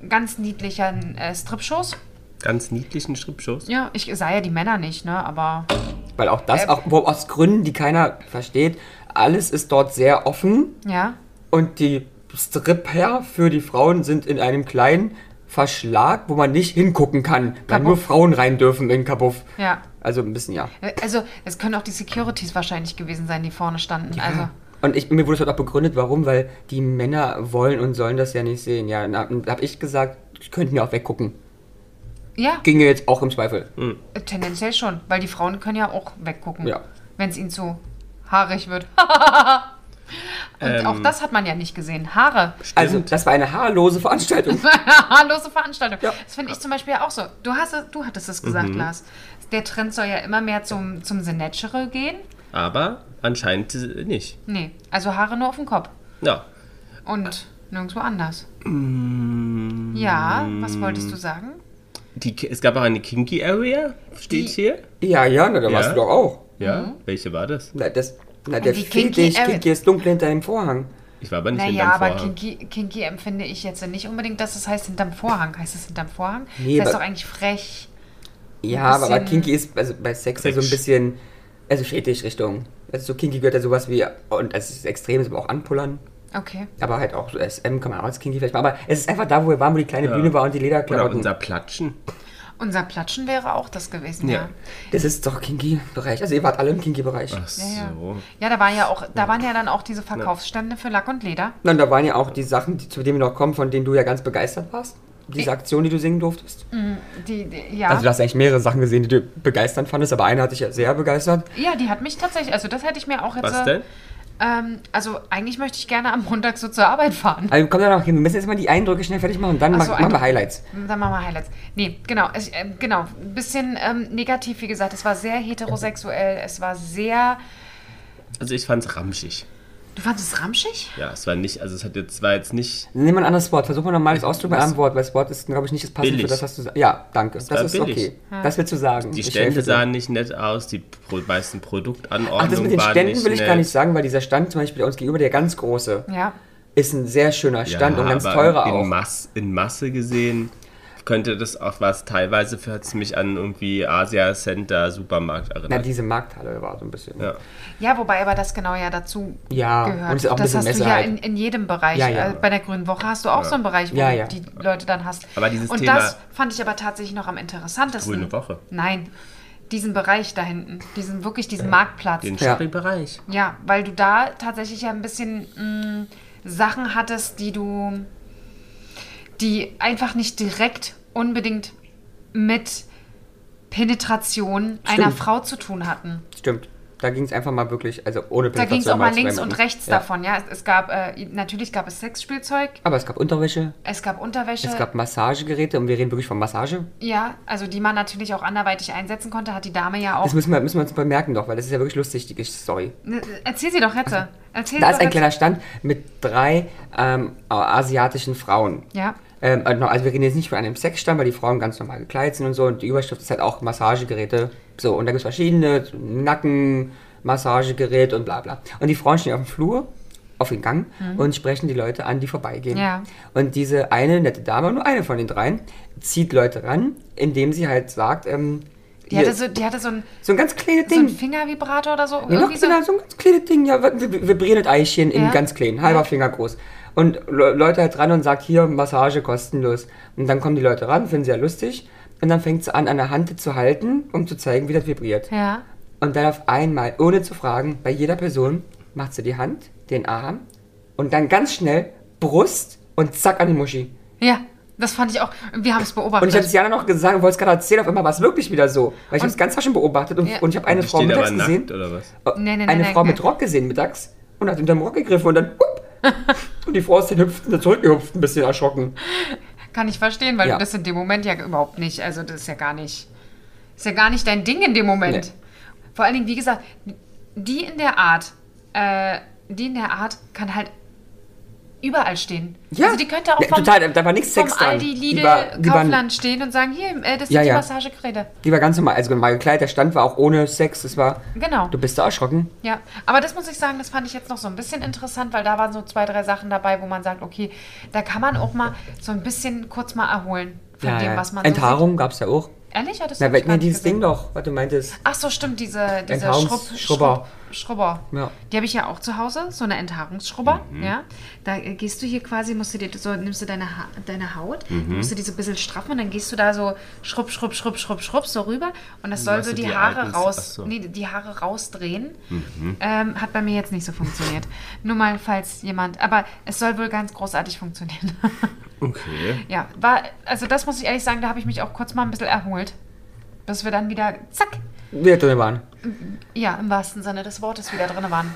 ganz niedlichen äh, Stripshows.
Ganz niedlichen Schrippschuss.
Ja, ich sah ja die Männer nicht, ne? Aber
Weil auch das, auch wo- aus Gründen, die keiner versteht, alles ist dort sehr offen
ja.
und die Stripper für die Frauen sind in einem kleinen Verschlag, wo man nicht hingucken kann, weil
Kabuff.
nur Frauen rein dürfen in Kabuff.
Ja.
Also ein bisschen, ja.
Also, es können auch die Securities wahrscheinlich gewesen sein, die vorne standen. Also.
Und ich, mir wurde es heute auch begründet, warum, weil die Männer wollen und sollen das ja nicht sehen. Ja, dann habe ich gesagt, ich könnte mir auch weggucken.
Ja.
Ginge jetzt auch im Zweifel.
Tendenziell schon, weil die Frauen können ja auch weggucken,
Ja.
wenn es ihnen zu haarig wird. Und
Ähm.
auch das hat man ja nicht gesehen. Haare.
Also, das war eine haarlose Veranstaltung.
Eine haarlose Veranstaltung. Das finde ich zum Beispiel auch so. Du, hast, es- du hattest es gesagt,
Mhm.
Lars. Der Trend soll ja immer mehr zum, zum Senatschere gehen.
Aber anscheinend äh, nicht.
Nee, also Haare nur auf dem Kopf
Ja.
und nirgendwo anders.
Mm.
Ja, was wolltest du sagen?
Die, es gab auch eine Kinky Area, steht
Die- Mhm.
hier.
Ja, ja, na, da warst du doch auch.
Ja. Welche war das?
Na, das, na der
Die Kinky
Fetisch,
Area.
Kinky ist dunkel hinter dem Vorhang.
Ich war aber nicht in
Naja,
deinem
aber
Vorhang.
kinky, kinky empfinde ich jetzt nicht unbedingt, dass es heißt hinterm Vorhang. Heißt es hinterm Vorhang?
Nee,
das heißt
aber-
doch eigentlich frech.
Ja, aber, aber
bisschen-
Kinky ist also bei Sex ja so ein
Fetisch.
bisschen, also Fetisch-Richtung. Also so Kinky gehört ja sowas wie, und es ist extrem, ist aber auch anpullern.
Okay.
Aber halt auch so SM kann man auch als Kinky vielleicht machen. Aber es ist einfach da, wo wir waren, wo die kleine Bühne war und die
Oder
Lederklamotten.
unser Platschen.
Unser Platschen wäre auch das gewesen, ja.
Ja.
Das ist doch Kinky-Bereich. Also ihr wart alle im Kinky-Bereich.
Ach
Ja, ja.
so.
ja, da waren ja auch, da waren ja dann auch diese Verkaufsstände für Lack und Leder.
Nein, da waren ja auch die Sachen, die, zu denen wir noch kommen, von denen du ja ganz begeistert warst. Diese Aktion, die du singen durftest.
Die, die, ja.
Also du hast eigentlich mehrere Sachen gesehen, die du begeisternd fandest, aber eine hat dich ja sehr begeistert.
ja, die hat mich tatsächlich, also das hätte ich mir auch jetzt.
Was
äh,
denn?
Ähm, also eigentlich möchte ich gerne am Montag so zur Arbeit fahren.
Also komm dann noch hin, wir müssen jetzt mal die Eindrücke schnell fertig machen, dann
Ach
Also mach,
so,
machen wir
Eindruck-
Highlights.
Dann machen wir Highlights. Nee, genau. Es, äh, genau. Ein bisschen ähm, negativ, wie gesagt. Es war sehr heterosexuell. Es war sehr.
Also ich fand's ramschig.
Du fandest es ramschig?
Ja, es war nicht, also es hat jetzt, war jetzt nicht,
Nimm ein anderes Wort. Versuch mal ein normales Ausdruck bei einem Wort, weil das Wort ist, glaube ich, nicht das passende für
Billig.
das, was du sagst. Ja, danke. Das,
war
ist
billig.
okay.
Hm.
Das willst du sagen.
die
Ich helfe
Stände
dir.
sahen nicht nett aus, die pro, meisten Produktanordnungen
Ach, das mit den
waren
Ständen
nicht
will ich
nett.
gar nicht sagen, weil dieser Stand zum Beispiel bei uns gegenüber, der ganz große,
Ja.
ist ein sehr schöner Stand und ganz
aber
teurer
in
auch.
Mass, in Masse gesehen könnte das auch was, teilweise hat es mich an irgendwie Asia Center Supermarkt
Na,
erinnert.
diese Markthalle war so ein bisschen.
Ja.
Ja, wobei aber das genau ja dazu
Ja,
gehört.
und es ist auch ein
das
bisschen
hast du
Messe
ja
halt.
in, in jedem Bereich.
Ja, ja.
Äh, Bei der Grünen Woche hast du auch so einen Bereich, wo
Ja, ja.
du die Leute dann hast.
Aber dieses
und
Thema-
das fand ich aber tatsächlich noch am interessantesten.
Grüne Woche.
Nein, diesen Bereich da hinten, diesen wirklich diesen Marktplatz.
Den
Ja.
Shoppingbereich.
Ja, weil du da tatsächlich ja ein bisschen mh, Sachen hattest, die du, die einfach nicht direkt unbedingt mit Penetration einer
Stimmt.
Frau zu tun hatten.
Stimmt. Da ging es einfach mal wirklich, also ohne
Da ging es
Penetration
auch mal
zwei
links
Minuten.
und rechts
ja.
davon, ja. Es, es gab, äh, natürlich gab es Sexspielzeug,
Aber es gab Unterwäsche,
es gab Unterwäsche.
es gab Massagegeräte und wir reden wirklich von Massage.
ja, also die man natürlich auch anderweitig einsetzen konnte, hat die Dame ja auch.
Das müssen wir, müssen wir uns bemerken doch, weil das ist ja wirklich lustig, die Story.
Ne, Erzähl sie doch, Rette. Erzähl
Also, Da
doch
ist ein
jetzt.
kleiner Stand mit drei ähm, asiatischen Frauen.
Ja.
Ähm, äh, no, also wir reden jetzt nicht von einem Sexstand, weil die Frauen ganz normal gekleidet sind und so. Und die Überschrift ist halt auch Massagegeräte. So, und da gibt es verschiedene Nacken, Massagegerät und bla bla. Und die Frauen stehen auf dem Flur, auf dem Gang und sprechen die Leute an, die vorbeigehen.
Mhm. Ja.
Und diese eine nette Dame, nur eine von den dreien, zieht Leute ran, indem sie halt sagt, ähm,
Die
hier,
hatte so, die hatte so ein,
so ein ganz kleines
so
Ding.
ein Fingervibrator oder so.
Ja, noch
irgendwie so.
genau, so ein ganz kleines Ding, ja, wir- wir- vibrierendes Eichchen in
Ja.
ganz klein, halber Finger groß. Und Le Leute halt ran und sagt, hier, Massage kostenlos. Und dann kommen die Leute ran, finden sie ja lustig. Und dann fängt sie an, an der Hand zu halten, um zu zeigen, wie das vibriert.
Ja.
Und dann auf einmal, ohne zu fragen, bei jeder Person macht sie die Hand, den Arm und dann ganz schnell Brust und zack an die Muschi.
Ja, das fand ich auch. Wir haben es beobachtet.
Und ich habe es Jana noch gesagt und wollte es gerade erzählen, auf einmal war es wirklich wieder so. Weil ich habe es ganz rasch schon beobachtet und,
Ja.
und ich habe eine
Die
Frau
steht aber
mittags
nackt
gesehen.
oder was?
Nee, nee, nee,
Äh, eine
nee,
Frau
nee.
mit Rock gesehen mittags und hat hinterm Rock gegriffen und dann hup, und die Frau ist dann hüpft und dann zurückgehüpft, ein bisschen erschrocken.
Kann ich verstehen, weil
Ja.
du das in dem Moment ja überhaupt nicht, also das ist ja gar nicht, ist ja gar nicht dein Ding in dem Moment. Vor allen Dingen, wie gesagt, die in der Art, äh, die in der Art kann halt überall stehen. Also die könnte auch
Ja,
vom,
total, da war nichts
vom
Sex dran.
Aldi, Lidl,
war- die, waren,
Kaufland stehen und sagen, hier, äh, das sind
Ja,
die
ja.
Massagegeräte.
die war ganz normal, also normal gekleidet, der Stand war auch ohne Sex, es war,
Genau.
du bist da erschrocken.
Ja, aber das muss ich sagen, das fand ich jetzt noch so ein bisschen interessant, weil da waren so zwei, drei Sachen dabei, wo man sagt, okay, da kann man auch mal so ein bisschen kurz mal erholen von
Ja,
dem,
ja.
was man so
Enthaarung gab's ja auch.
sieht. Ehrlich? Hattest du
Na, weil,
das
nee, dieses Ding doch, was du meintest.
Ach so, stimmt, diese, diese
Enthaarungs-
Schrubb,
Schrubber.
Schrubb, Schrubber.
Ja.
Die habe ich ja auch zu Hause, so eine Enthaarungsschrubber.
Mhm.
Ja. Da äh, gehst du hier quasi, musst du dir so, nimmst du deine, ha deine Haut,
Mhm.
musst du die so ein bisschen straffen und dann gehst du da so schrupp, schrupp, schrupp, schrupp, schrupp, so rüber und das soll
machst
so
du
die,
die
Haare
alten- ach
raus,
so. Mhm.
nee, die Haare rausdrehen. Ähm, hat bei mir jetzt nicht so funktioniert. Nur mal, falls jemand, aber es soll wohl ganz großartig funktionieren.
Okay.
ja, war, also das muss ich ehrlich sagen, da habe ich mich auch kurz mal ein bisschen erholt. Bis wir dann wieder, zack,
Wir drin waren.
ja, im wahrsten Sinne des Wortes wieder drin waren.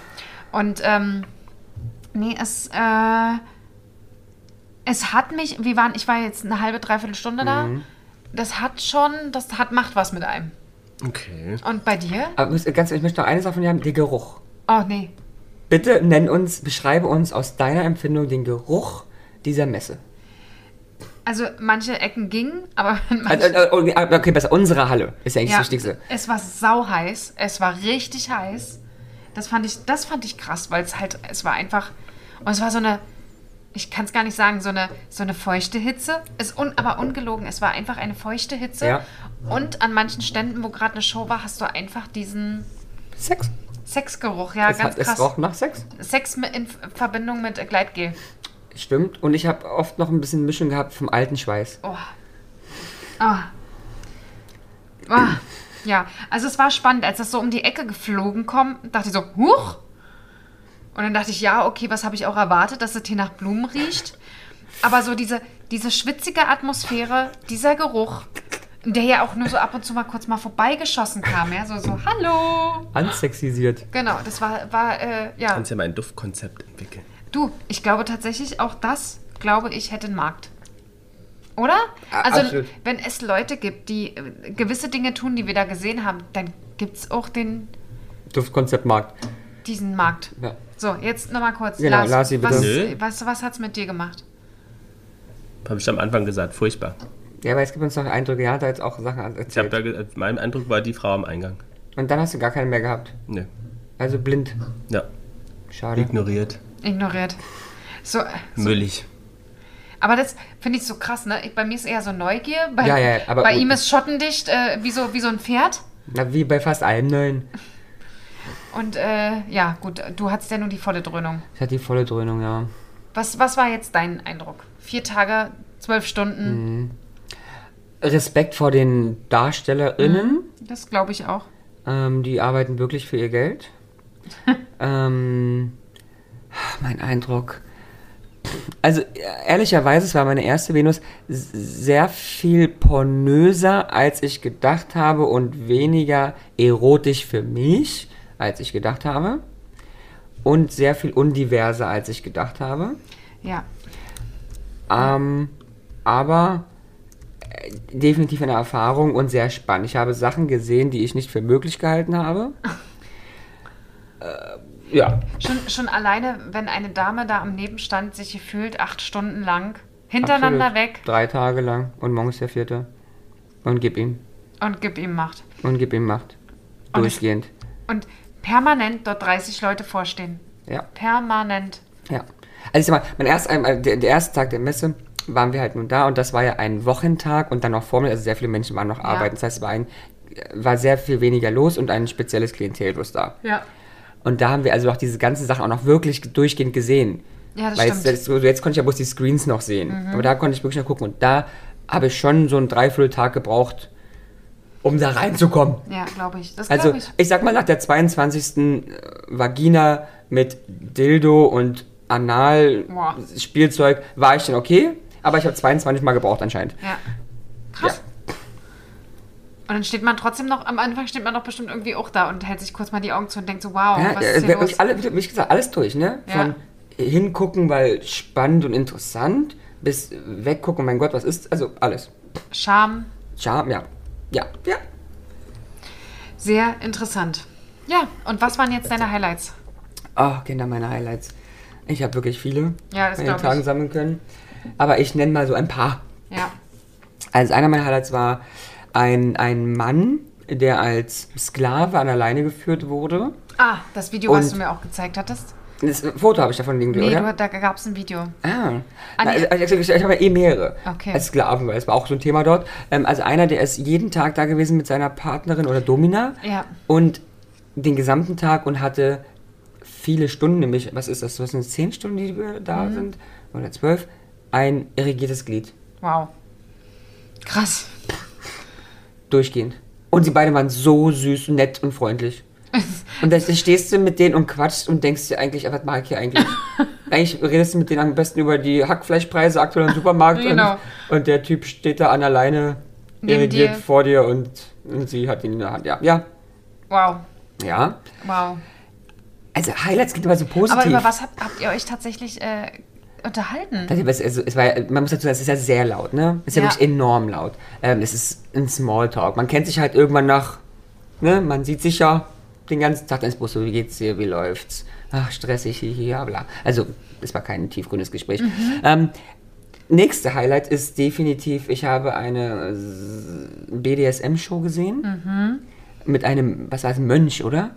Und ähm, nee, es, äh, es hat mich, wir waren, ich war jetzt eine halbe, dreiviertel Stunde da. Das hat schon, das hat, macht was mit einem.
Okay.
Und bei dir?
Aber ganz ehrlich, ich möchte noch eine Sache von dir haben, den Geruch.
Oh nee.
Bitte nenn uns, beschreibe uns aus deiner Empfindung den Geruch dieser Messe.
Also manche Ecken gingen, aber manche,
Also, äh, Okay, besser, unsere Halle ist ja eigentlich
ja,
das Wichtigste.
es war sau heiß, es war richtig heiß. Das fand ich, das fand ich krass, weil es halt, es war einfach, und es war so eine, ich kann es gar nicht sagen, so eine, so eine feuchte Hitze. Ist un, aber ungelogen, es war einfach eine feuchte Hitze.
Ja.
Und an manchen Ständen, wo gerade eine Show war, hast du einfach diesen
Sex.
Sexgeruch, ja,
es,
ganz
hat, es
krass.
roch nach Sex.
Sex mit- in Verbindung mit Gleitgel.
Stimmt. Und ich habe oft noch ein bisschen Mischung gehabt vom alten Schweiß.
Oh. Oh. Oh. Ja, also es war spannend, als das so um die Ecke geflogen kam, dachte ich so, huch. Und dann dachte ich, ja, okay, was habe ich auch erwartet, dass es hier nach Blumen riecht. Aber so diese, diese schwitzige Atmosphäre, dieser Geruch, der ja auch nur so ab und zu mal kurz mal vorbeigeschossen kam, ja, so, so, hallo.
Ansexisiert.
Genau, das war, war äh, ja.
Kannst ja mal ein Duftkonzept entwickeln.
Du, ich glaube tatsächlich, auch das, glaube ich, hätte einen Markt. Oder?
A-
Also,
absolut.
wenn es Leute gibt, die äh, gewisse Dinge tun, die wir da gesehen haben, dann gibt es auch den,
Duftkonzeptmarkt.
diesen Markt.
Ja.
So, jetzt nochmal kurz.
Genau, Lasi, bitte.
was,
Nö.
was, was hat's mit dir gemacht?
Habe ich am Anfang gesagt, furchtbar.
Ja, aber es gibt uns noch Eindrücke. Er hat da jetzt auch Sachen
Ich hab
erzählt.
da ge- äh, mein Eindruck war die Frau am Eingang.
Und dann hast du gar keine mehr gehabt.
Ne.
Also blind.
Ja,
Schade.
ignoriert.
Ignoriert. So, äh,
Müllig.
aber das finde ich so krass, ne? Ich, bei mir ist eher so Neugier. Bei,
Ja, ja, aber-
bei ihm ist schottendicht äh, wie, so, wie so ein Pferd.
Na, wie bei fast allem Neuen.
Und äh, ja, gut, du hattest ja nur die volle Dröhnung.
Das hat die volle Dröhnung, ja.
Was, was war jetzt dein Eindruck? Vier Tage, zwölf Stunden,
Respekt vor den DarstellerInnen.
das glaube ich auch.
Ähm, die arbeiten wirklich für ihr Geld. ähm, mein Eindruck. Also äh, ehrlicherweise, es war meine erste Venus, s- sehr viel pornöser, als ich gedacht habe und weniger erotisch für mich, als ich gedacht habe. Und sehr viel undiverser, als ich gedacht habe.
Ja,
Ähm, aber äh, definitiv eine Erfahrung und sehr spannend. Ich habe Sachen gesehen, die ich nicht für möglich gehalten habe. äh, ja,
schon, schon alleine, wenn eine Dame da am Nebenstand sich gefühlt acht Stunden lang hintereinander
absolut.
weg
Drei Tage lang und morgen ist der vierte. Und gib ihm.
und gib ihm Macht.
Und gib ihm Macht.
Und es-
Durchgehend.
Und permanent dort 30 Leute vorstehen.
Ja.
Permanent.
Ja. Also ich sag mal, mein erst, äh, der, der erste Tag der Messe waren wir halt nun da und das war ja ein Wochentag und dann noch Formel, also sehr viele Menschen waren noch arbeiten. Das heißt, es war, ein, äh, war sehr viel weniger los und ein spezielles Klientel bloß da.
Ja.
Und da haben wir also auch diese ganzen Sachen auch noch wirklich durchgehend gesehen.
Ja, das
Weil
stimmt. Mhm.
Jetzt, jetzt, jetzt konnte ich ja bloß die Screens noch sehen. Aber da konnte ich wirklich noch gucken. Und da habe ich schon so einen Dreivierteltag gebraucht, um da reinzukommen.
Ja, glaube ich. Das
Also
glaube ich.
ich sag mal, nach der 22. Vagina mit Dildo und
Boah.
Anal-Spielzeug war ich dann okay. Aber ich habe 22 Mal gebraucht anscheinend.
Ja. Krass. Und dann steht man trotzdem noch, am Anfang steht man doch bestimmt irgendwie auch da und hält sich kurz mal die Augen zu und denkt so, wow,
Ja,
was
äh,
ist hier
wir-
los?
alle, wie gesagt, alles durch, ne?
Ja.
Von hingucken, weil spannend und interessant, bis weggucken, mein Gott, was ist, also alles.
Scham,
Charme, ja. Ja, ja.
sehr interessant. Ja, und was waren jetzt deine Highlights?
Ach, Oh, Kinder, meine Highlights. Ich habe wirklich viele
Ja, das
an den
glaub ich.
Tagen sammeln können. Aber ich nenne mal so ein paar.
Ja,
Also einer meiner Highlights war ein, ein Mann, der als Sklave an der Leine geführt wurde.
Ah, das Video, was
Und-
du mir auch gezeigt hattest?
Das Foto habe ich davon liegen,
Nee,
oder?
du, da gab es ein Video.
Ah.
Ah,
Na,
nee.
also, ich, ich, ich habe ja eh mehrere
Okay.
als Sklaven, weil das war auch so ein Thema dort. Ähm, also einer, der ist jeden Tag da gewesen mit seiner Partnerin oder Domina
Ja.
und den gesamten Tag und hatte viele Stunden, nämlich, was ist das, was sind es, zehn Stunden, die wir da
Mhm.
sind, oder zwölf, ein irrigiertes Glied,
Wow. Krass.
durchgehend. Und sie beide waren so süß, nett und freundlich. Und dann stehst du mit denen und quatschst und denkst dir eigentlich, was mag ich hier eigentlich? eigentlich redest du mit denen am besten über die Hackfleischpreise aktuell im Supermarkt
Genau.
und, und der Typ steht da an der Leine,
Neben
irrigiert
dir.
vor dir und, und sie hat ihn in der Hand. Ja, ja,
Wow.
ja.
Wow.
Also Highlights gibt immer so positiv.
Aber über was habt, habt ihr euch tatsächlich äh, unterhalten?
Das- das- Also, es war, ja- man muss dazu sagen, es ist ja sehr laut, ne? Es ist ja,
Ja.
wirklich enorm laut. Ähm, es ist ein Smalltalk. Man kennt sich halt irgendwann nach, ne? Man sieht sich ja den ganzen Tag, dann ist bloß so, wie geht's dir, wie läuft's? Ach, stressig, hihi, ja, bla. Also, es war kein tiefgründiges Gespräch. Ähm, nächste Highlight ist definitiv, ich habe eine BDSM-Show gesehen. Mit einem, was war es, Mönch, oder?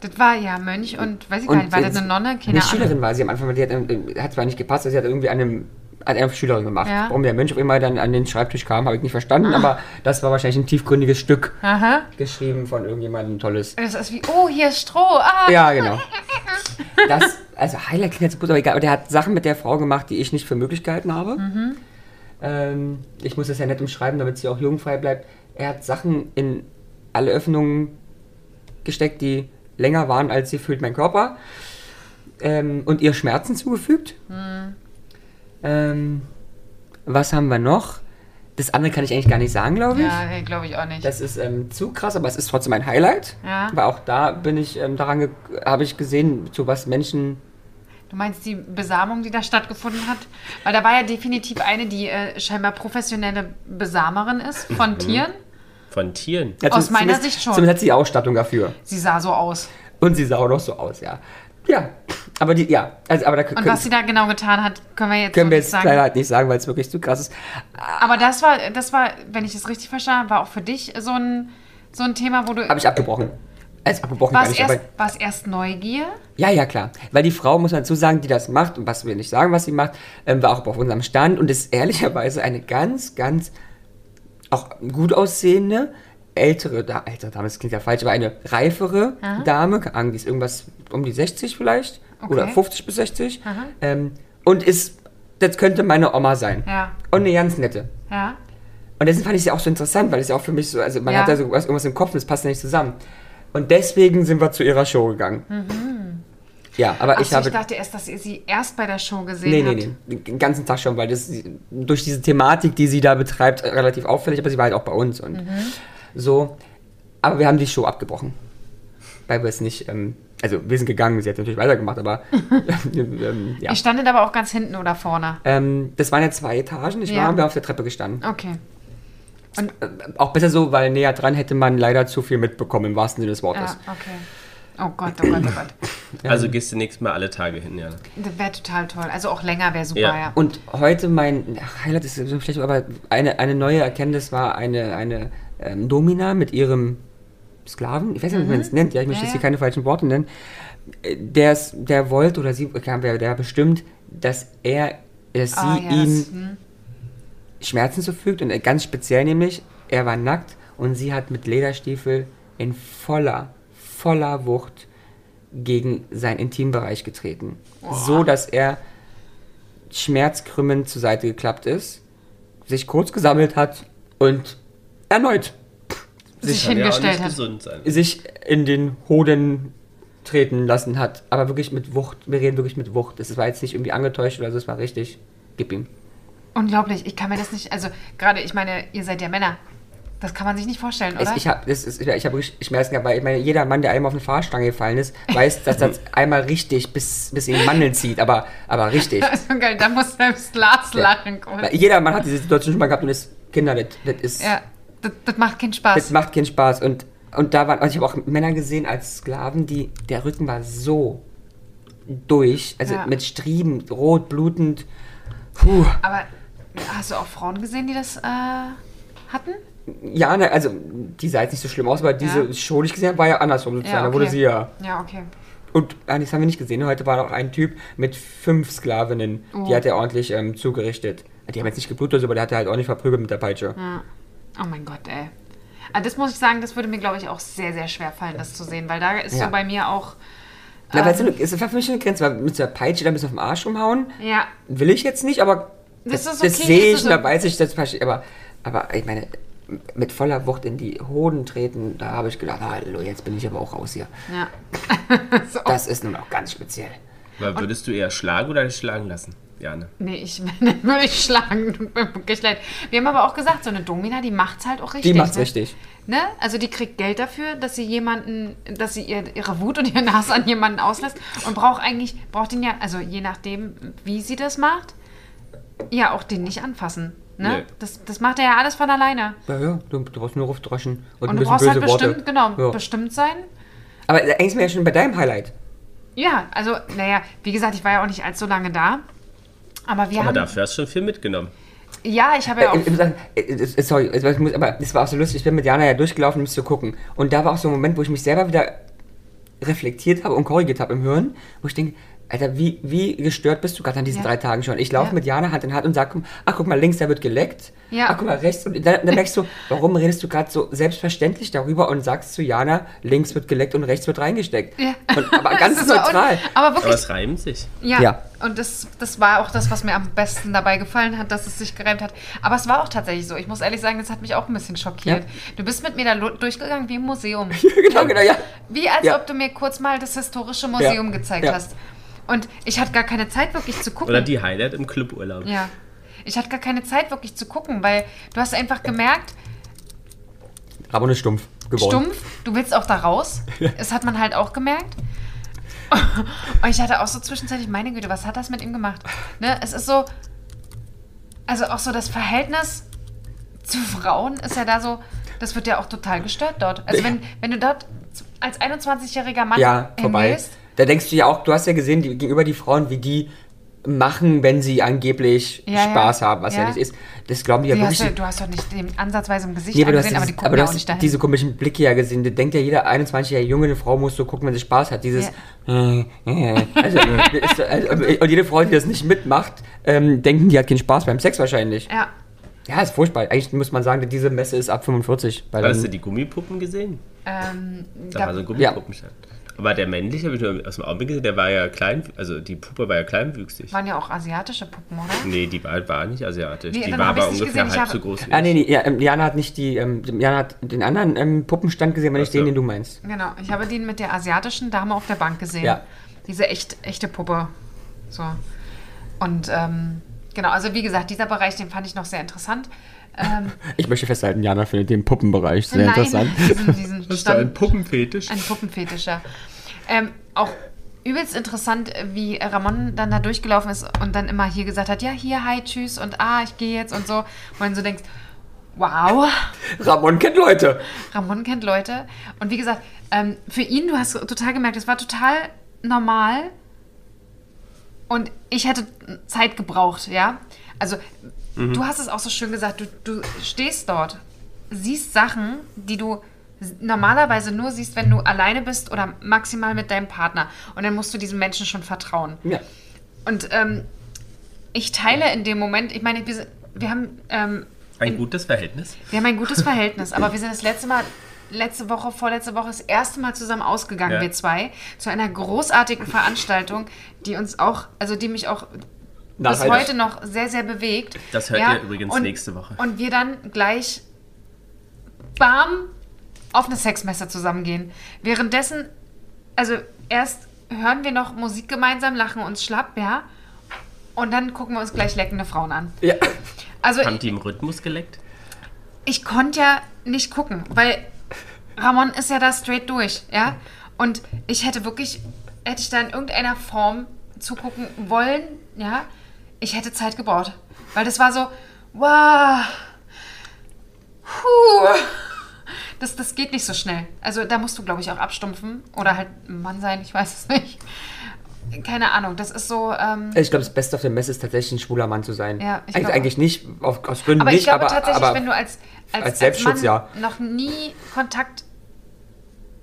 Das war ja Mönch und weiß ich gar nicht, war
äh,
das eine Nonne? Keine
eine
Ahnung.
Schülerin war sie am Anfang, weil die hat, äh, hat zwar nicht gepasst, aber sie hat irgendwie an einem an einer Schülerin gemacht.
Ja. Ah.
Warum der Mensch auf einmal dann an den Schreibtisch kam, habe ich nicht verstanden, aber das war wahrscheinlich ein tiefgründiges Stück
Aha.
geschrieben von irgendjemandem Tolles.
Das ist wie, oh, hier ist Stroh. Ah.
Ja, genau. Das, also Highlight klingt jetzt so gut, aber egal. Aber der hat Sachen mit der Frau gemacht, die ich nicht für möglich gehalten habe. Ähm, ich muss das ja nett umschreiben, damit sie auch jugendfrei bleibt. Er hat Sachen in alle Öffnungen gesteckt, die länger waren, als sie fühlt mein Körper. Ähm, und ihr Schmerzen zugefügt. Ähm, was haben wir noch? Das andere kann ich eigentlich gar nicht sagen, glaube ich.
Ja, glaube ich auch nicht.
Das ist ähm, zu krass, aber es ist trotzdem ein Highlight.
Ja.
Weil auch da bin ich ähm, daran ge- habe ich gesehen, zu was Menschen.
Du meinst die Besamung, die da stattgefunden hat? Weil da war ja definitiv eine, die äh, scheinbar professionelle Besamerin ist
Mhm.
von Tieren.
Von Tieren.
Ja,
Aus
zumindest-
meiner
zumindest-
Sicht schon.
Zumindest hat sie die Ausstattung dafür.
Sie sah so aus.
Und sie sah auch noch so aus, ja. Ja, aber die, ja, also, aber da
Und
können,
was sie da genau getan hat, können wir jetzt,
können wir
nicht
jetzt
sagen.
leider halt nicht sagen, weil es wirklich zu krass ist.
Aber das war, das war, wenn ich das richtig verstanden habe, war auch für dich so ein, so ein Thema, wo du.
Habe ich abgebrochen. Also abgebrochen
War
gar
es
nicht, aber
Äh, erst, war es erst Neugier?
Ja, ja, klar. Weil die Frau, muss man dazu sagen, die das macht, und was wir nicht sagen, was sie macht, ähm, war auch auf unserem Stand und ist ehrlicherweise eine ganz, ganz auch gut aussehende, ältere, da, ältere Dame, das klingt ja falsch, aber eine reifere Dame, keine Ahnung, die ist irgendwas um die 60 vielleicht
Okay.
oder 50 bis 60 ähm, und ist, das könnte meine Oma sein.
Ja.
Und eine ganz nette.
Ja.
Und deswegen fand ich sie auch so interessant, weil es ja auch für mich so, also man
Ja.
hat ja so was, irgendwas im Kopf und es passt ja nicht zusammen. Und deswegen sind wir zu ihrer Show gegangen. Ja, aber
Mhm. Ach
ich
so,
habe.
ich dachte erst, dass ihr sie erst bei der Show gesehen
nee,
habt.
nee, nee. Den ganzen Tag schon, weil das durch diese Thematik, die sie da betreibt, relativ auffällig, aber sie war halt auch bei uns und
Mhm.
so. Aber wir haben die Show abgebrochen. Weil wir es nicht, ähm, also wir sind gegangen, sie hat natürlich weitergemacht, aber ähm, ja.
Ihr standet aber auch ganz hinten oder vorne.
Ähm, das waren ja zwei Etagen, ich
Ja.
war, wir haben auf der Treppe gestanden.
Okay.
Auch besser so, weil näher dran hätte man leider zu viel mitbekommen, im wahrsten Sinne des
Ja,
Wortes.
okay. Oh Gott, oh Gott, oh Gott.
Also gehst du nächstes Mal alle Tage hin, ja.
Das wäre total toll. Also auch länger wäre super, ja.
Ja.
Und heute mein ach, Highlight ist so schlecht, aber eine, eine neue Erkenntnis war eine, eine ähm, Domina mit ihrem Sklaven, ich weiß nicht, wie man es nennt, ja, ich möchte
Mhm. Ja,
jetzt hier
ja.
keine falschen Worte nennen, Äh, der, es- der wollte oder sie, kam, wer der bestimmt, dass er, dass
Ah,
sie
ja,
ihm
das, hm.
Schmerzen zufügt und äh, ganz speziell nämlich, er war nackt und sie hat mit Lederstiefel in voller, voller Wucht gegen seinen Intimbereich getreten. So, dass er schmerzkrümmend zur Seite geklappt ist, sich kurz gesammelt hat und erneut
sich
sich,
Kann ja auch
hingestellt
nicht
hat.
gesund sein.
sich in den Hoden treten lassen hat. Aber wirklich mit Wucht, wir reden wirklich mit Wucht. Es war jetzt nicht irgendwie angetäuscht oder so, es war richtig. Gib ihm.
Unglaublich, ich kann mir das nicht, also gerade, ich meine, ihr seid ja Männer. Das kann man sich nicht vorstellen,
Es,
oder?
ich habe ich hab wirklich Schmerzen gehabt, weil ich meine, jeder Mann, der einmal auf eine Fahrstange gefallen ist, weiß, dass das einmal richtig bis, bis in die Mandeln zieht, aber, aber richtig.
also geil, da muss selbst Lars lachen.
Weil jeder Mann hat diese Situation schon mal gehabt und ist, Kinder, das, das ist,
Ja, das, das macht keinen Spaß.
das macht keinen Spaß. Und, und da waren, also ich habe auch Männer gesehen als Sklaven, die, der Rücken war so durch, also
Ja.
mit Strieben, rot, blutend. Puh.
Aber hast du auch Frauen gesehen, die das äh, hatten?
Ja, ne, also die sah jetzt nicht so schlimm aus, aber diese
Ja.
Show, die ich gesehen habe, war ja andersrum sozusagen. Da wurde sie ja
Ja, okay.
Und ah, das haben wir nicht gesehen. Heute war noch ein Typ mit fünf Sklavinnen.
Oh.
Die hat er ordentlich ähm, zugerichtet. Die haben jetzt nicht geblutet, oder so, aber der hat er halt ordentlich verprügelt mit der Peitsche.
Oh mein Gott, ey. Ah, Das muss ich sagen, das würde mir, glaube ich, auch sehr, sehr schwer fallen, das zu sehen, weil da ist
Ja.
so bei mir auch.
Na, weil es so eine- es war für mich eine Grenze, weil mit der Peitsche da ein bisschen auf den Arsch rumhauen,
Ja,
will ich jetzt nicht, aber
Das ist
das
okay,
sehe
das
ich
ist
und da
okay.
weiß ich, das verstehe ich. aber, aber ich meine, mit voller Wucht in die Hoden treten, da habe ich gedacht, hallo, jetzt bin ich aber auch raus hier.
ja. so,
Das ist nun auch ganz speziell.
Weil würdest du eher schlagen oder dich schlagen lassen, Jane?
nee, ich dann würde ich schlagen. Tut mir wirklich leid. Wir haben aber auch gesagt, so eine Domina, die macht's halt auch richtig.
Die macht's
ne?
richtig.
Ne? Also die kriegt Geld dafür, dass sie jemanden, dass sie ihr, ihre Wut und ihren Hass an jemanden auslässt und braucht eigentlich, braucht den ja, also je nachdem, wie sie das macht, ja auch den nicht anfassen. Ne?
Nee.
Das, das macht er ja alles von alleine.
Ja, ja, du, du brauchst nur Luftdroschen und,
Und
ein
du
bisschen
brauchst
böse
halt
Worte.
bestimmt, genau,
ja.
bestimmt sein.
aber eigentlich sind wir ja schon bei deinem Highlight.
Ja, also, naja, wie gesagt, ich war ja auch nicht allzu lange da. Aber wir
Aber
Ähm,
haben.
dafür hast du schon viel mitgenommen.
Ja, ich habe ja auch.
Äh, ich muss sagen, äh, äh, sorry, also ich muss, aber es war auch so lustig, ich bin mit Jana ja durchgelaufen, um zu gucken. Und da war auch so ein Moment, wo ich mich selber wieder reflektiert habe und korrigiert habe im Hirn, wo ich denke, Alter, wie, wie gestört bist du gerade an diesen
Ja.
drei Tagen schon? Ich laufe
Ja.
mit Jana Hand in Hand und sage, ach guck mal, links, da wird geleckt.
Ja.
Ach guck mal, rechts. Und dann, dann merkst du, warum redest du gerade so selbstverständlich darüber und sagst zu Jana, links wird geleckt und rechts wird reingesteckt.
Ja.
Und, äh, aber
Das
ganz
ist so un-
neutral.
Aber
Aber
wirklich,
es reimt sich.
ja.
Ja.
Und das, das war auch das, was mir am besten dabei gefallen hat, dass es sich gereimt hat. Aber es war auch tatsächlich so. Ich muss ehrlich sagen, das hat mich auch ein bisschen schockiert.
Ja.
Du bist mit mir da lo- durchgegangen wie im Museum.
genau, genau, ja.
Wie als
Ja.
ob du mir kurz mal das historische Museum
Ja.
gezeigt
Ja.
hast. Und ich hatte gar keine Zeit, wirklich zu gucken.
Oder die Highlight im Cluburlaub.
Ja. Ich hatte gar keine Zeit, wirklich zu gucken, weil du hast einfach gemerkt,
Ramon ist stumpf geworden.
stumpf, du willst auch da raus. Das hat man halt auch gemerkt. Und ich hatte auch so zwischenzeitlich, meine Güte, was hat das mit ihm gemacht? Ne? Es ist so, also auch so das Verhältnis zu Frauen ist ja da so, das wird ja auch total gestört dort. Also wenn, wenn du dort als 21-jähriger Mann
Ja, vorbei.
hingehst,
Da denkst du ja auch, du hast ja gesehen, die, gegenüber die Frauen, wie die machen, wenn sie angeblich
Ja, ja.
Spaß haben, was ja.
Ja.
nicht ist. Das glauben die ja
Die hast
wirklich.
du, du hast doch nicht den ansatzweise im Gesicht
Nee, aber du hast,
angesehen, aber die
dieses,
gucken
aber du
ja auch
hast
nicht dahin.
diese komischen Blicke ja gesehen. Da denkt ja jeder 21-jährige junge eine Frau muss so gucken, wenn sie Spaß hat. Dieses. äh, äh, Also, das ist, also, und jede Frau, die das nicht mitmacht, ähm, denken, die hat keinen Spaß beim Sex wahrscheinlich.
ja.
Ja, ist furchtbar. Eigentlich muss man sagen, diese Messe ist ab 45. Weil
Hast du
dann,
die Gummipuppen gesehen?
Ähm,
Da,
da,
war so ein Gummipuppenstand. Aber der männliche, habe ich nur aus dem Augenblick gesehen, der war ja klein, also die Puppe war ja kleinwüchsig.
waren ja auch asiatische Puppen, oder?
Nee, die war, war nicht asiatisch.
Nee,
die
dann
war
hab ich's
aber
nicht
ungefähr
gesehen, ich
halb
hab-
so groß wie
ah, nee,
ich.
nee, ja, ähm, Jana hat nicht die. Ähm, Jana hat den anderen ähm, Puppenstand gesehen, aber nicht
Ach so.
den, den du meinst.
Genau, ich habe den mit der asiatischen Dame auf der Bank gesehen.
Ja.
Diese echt, echte Puppe. So. Und ähm, genau, also wie gesagt, dieser Bereich, den fand ich noch sehr interessant. Ähm,
Ich möchte festhalten, Jana findet den Puppenbereich sehr interessant.
Diesen, diesen
Hast du einen
Stand,
Puppenfetisch?
ein Puppenfetisch, ja. Ähm, auch übelst interessant, wie Ramon dann da durchgelaufen ist und dann immer hier gesagt hat, ja, hier, hi, tschüss und ah, ich gehe jetzt und so. Und man so denkt, wow,
Ramon kennt Leute.
Ramon kennt Leute. Und wie gesagt, ähm, für ihn, du hast total gemerkt, es war total normal. Und ich hätte Zeit gebraucht, ja. Also, du hast es auch so schön gesagt, du, du stehst dort, siehst Sachen, die du s- normalerweise nur siehst, wenn du alleine bist oder maximal mit deinem Partner. Und dann musst du diesem Menschen schon vertrauen.
Ja.
Und ähm, ich teile in dem Moment, ich meine, wir, wir haben ähm,
Ein gutes Verhältnis.
wir haben ein gutes Verhältnis, aber wir sind das letzte Mal, letzte Woche, vorletzte Woche, das erste Mal zusammen ausgegangen,
Ja.
wir zwei, zu einer großartigen Veranstaltung, die uns auch, also die mich auch bis
Nachhaltig.
heute noch sehr, sehr bewegt.
Das hört ihr übrigens nächste Woche.
Und wir dann gleich bam auf eine Sexmesse zusammengehen. Währenddessen, also erst hören wir noch Musik gemeinsam, lachen uns schlapp, ja, und dann gucken wir uns gleich leckende Frauen an.
Ja.
Also
Haben die im Rhythmus geleckt?
ich konnte ja nicht gucken, weil Ramon ist ja da straight durch, ja? Und ich hätte wirklich, hätte ich da in irgendeiner Form zugucken wollen, ja? Ich hätte Zeit gebraucht. Weil das war so, wow, puh, das, das geht nicht so schnell. Also da musst du, glaube ich, auch abstumpfen oder halt ein Mann sein, ich weiß es nicht. Keine Ahnung, das ist so, ähm,
Äh, Ich glaube, das Beste auf der Messe ist tatsächlich ein schwuler Mann zu sein.
Ja, ich
Eig-
glaub auch.
eigentlich nicht, auf, aus Gründen
aber
nicht,
ich glaube
aber,
tatsächlich,
aber
wenn du als, als,
als Selbstschutz,
Mann
ja.
noch nie Kontakt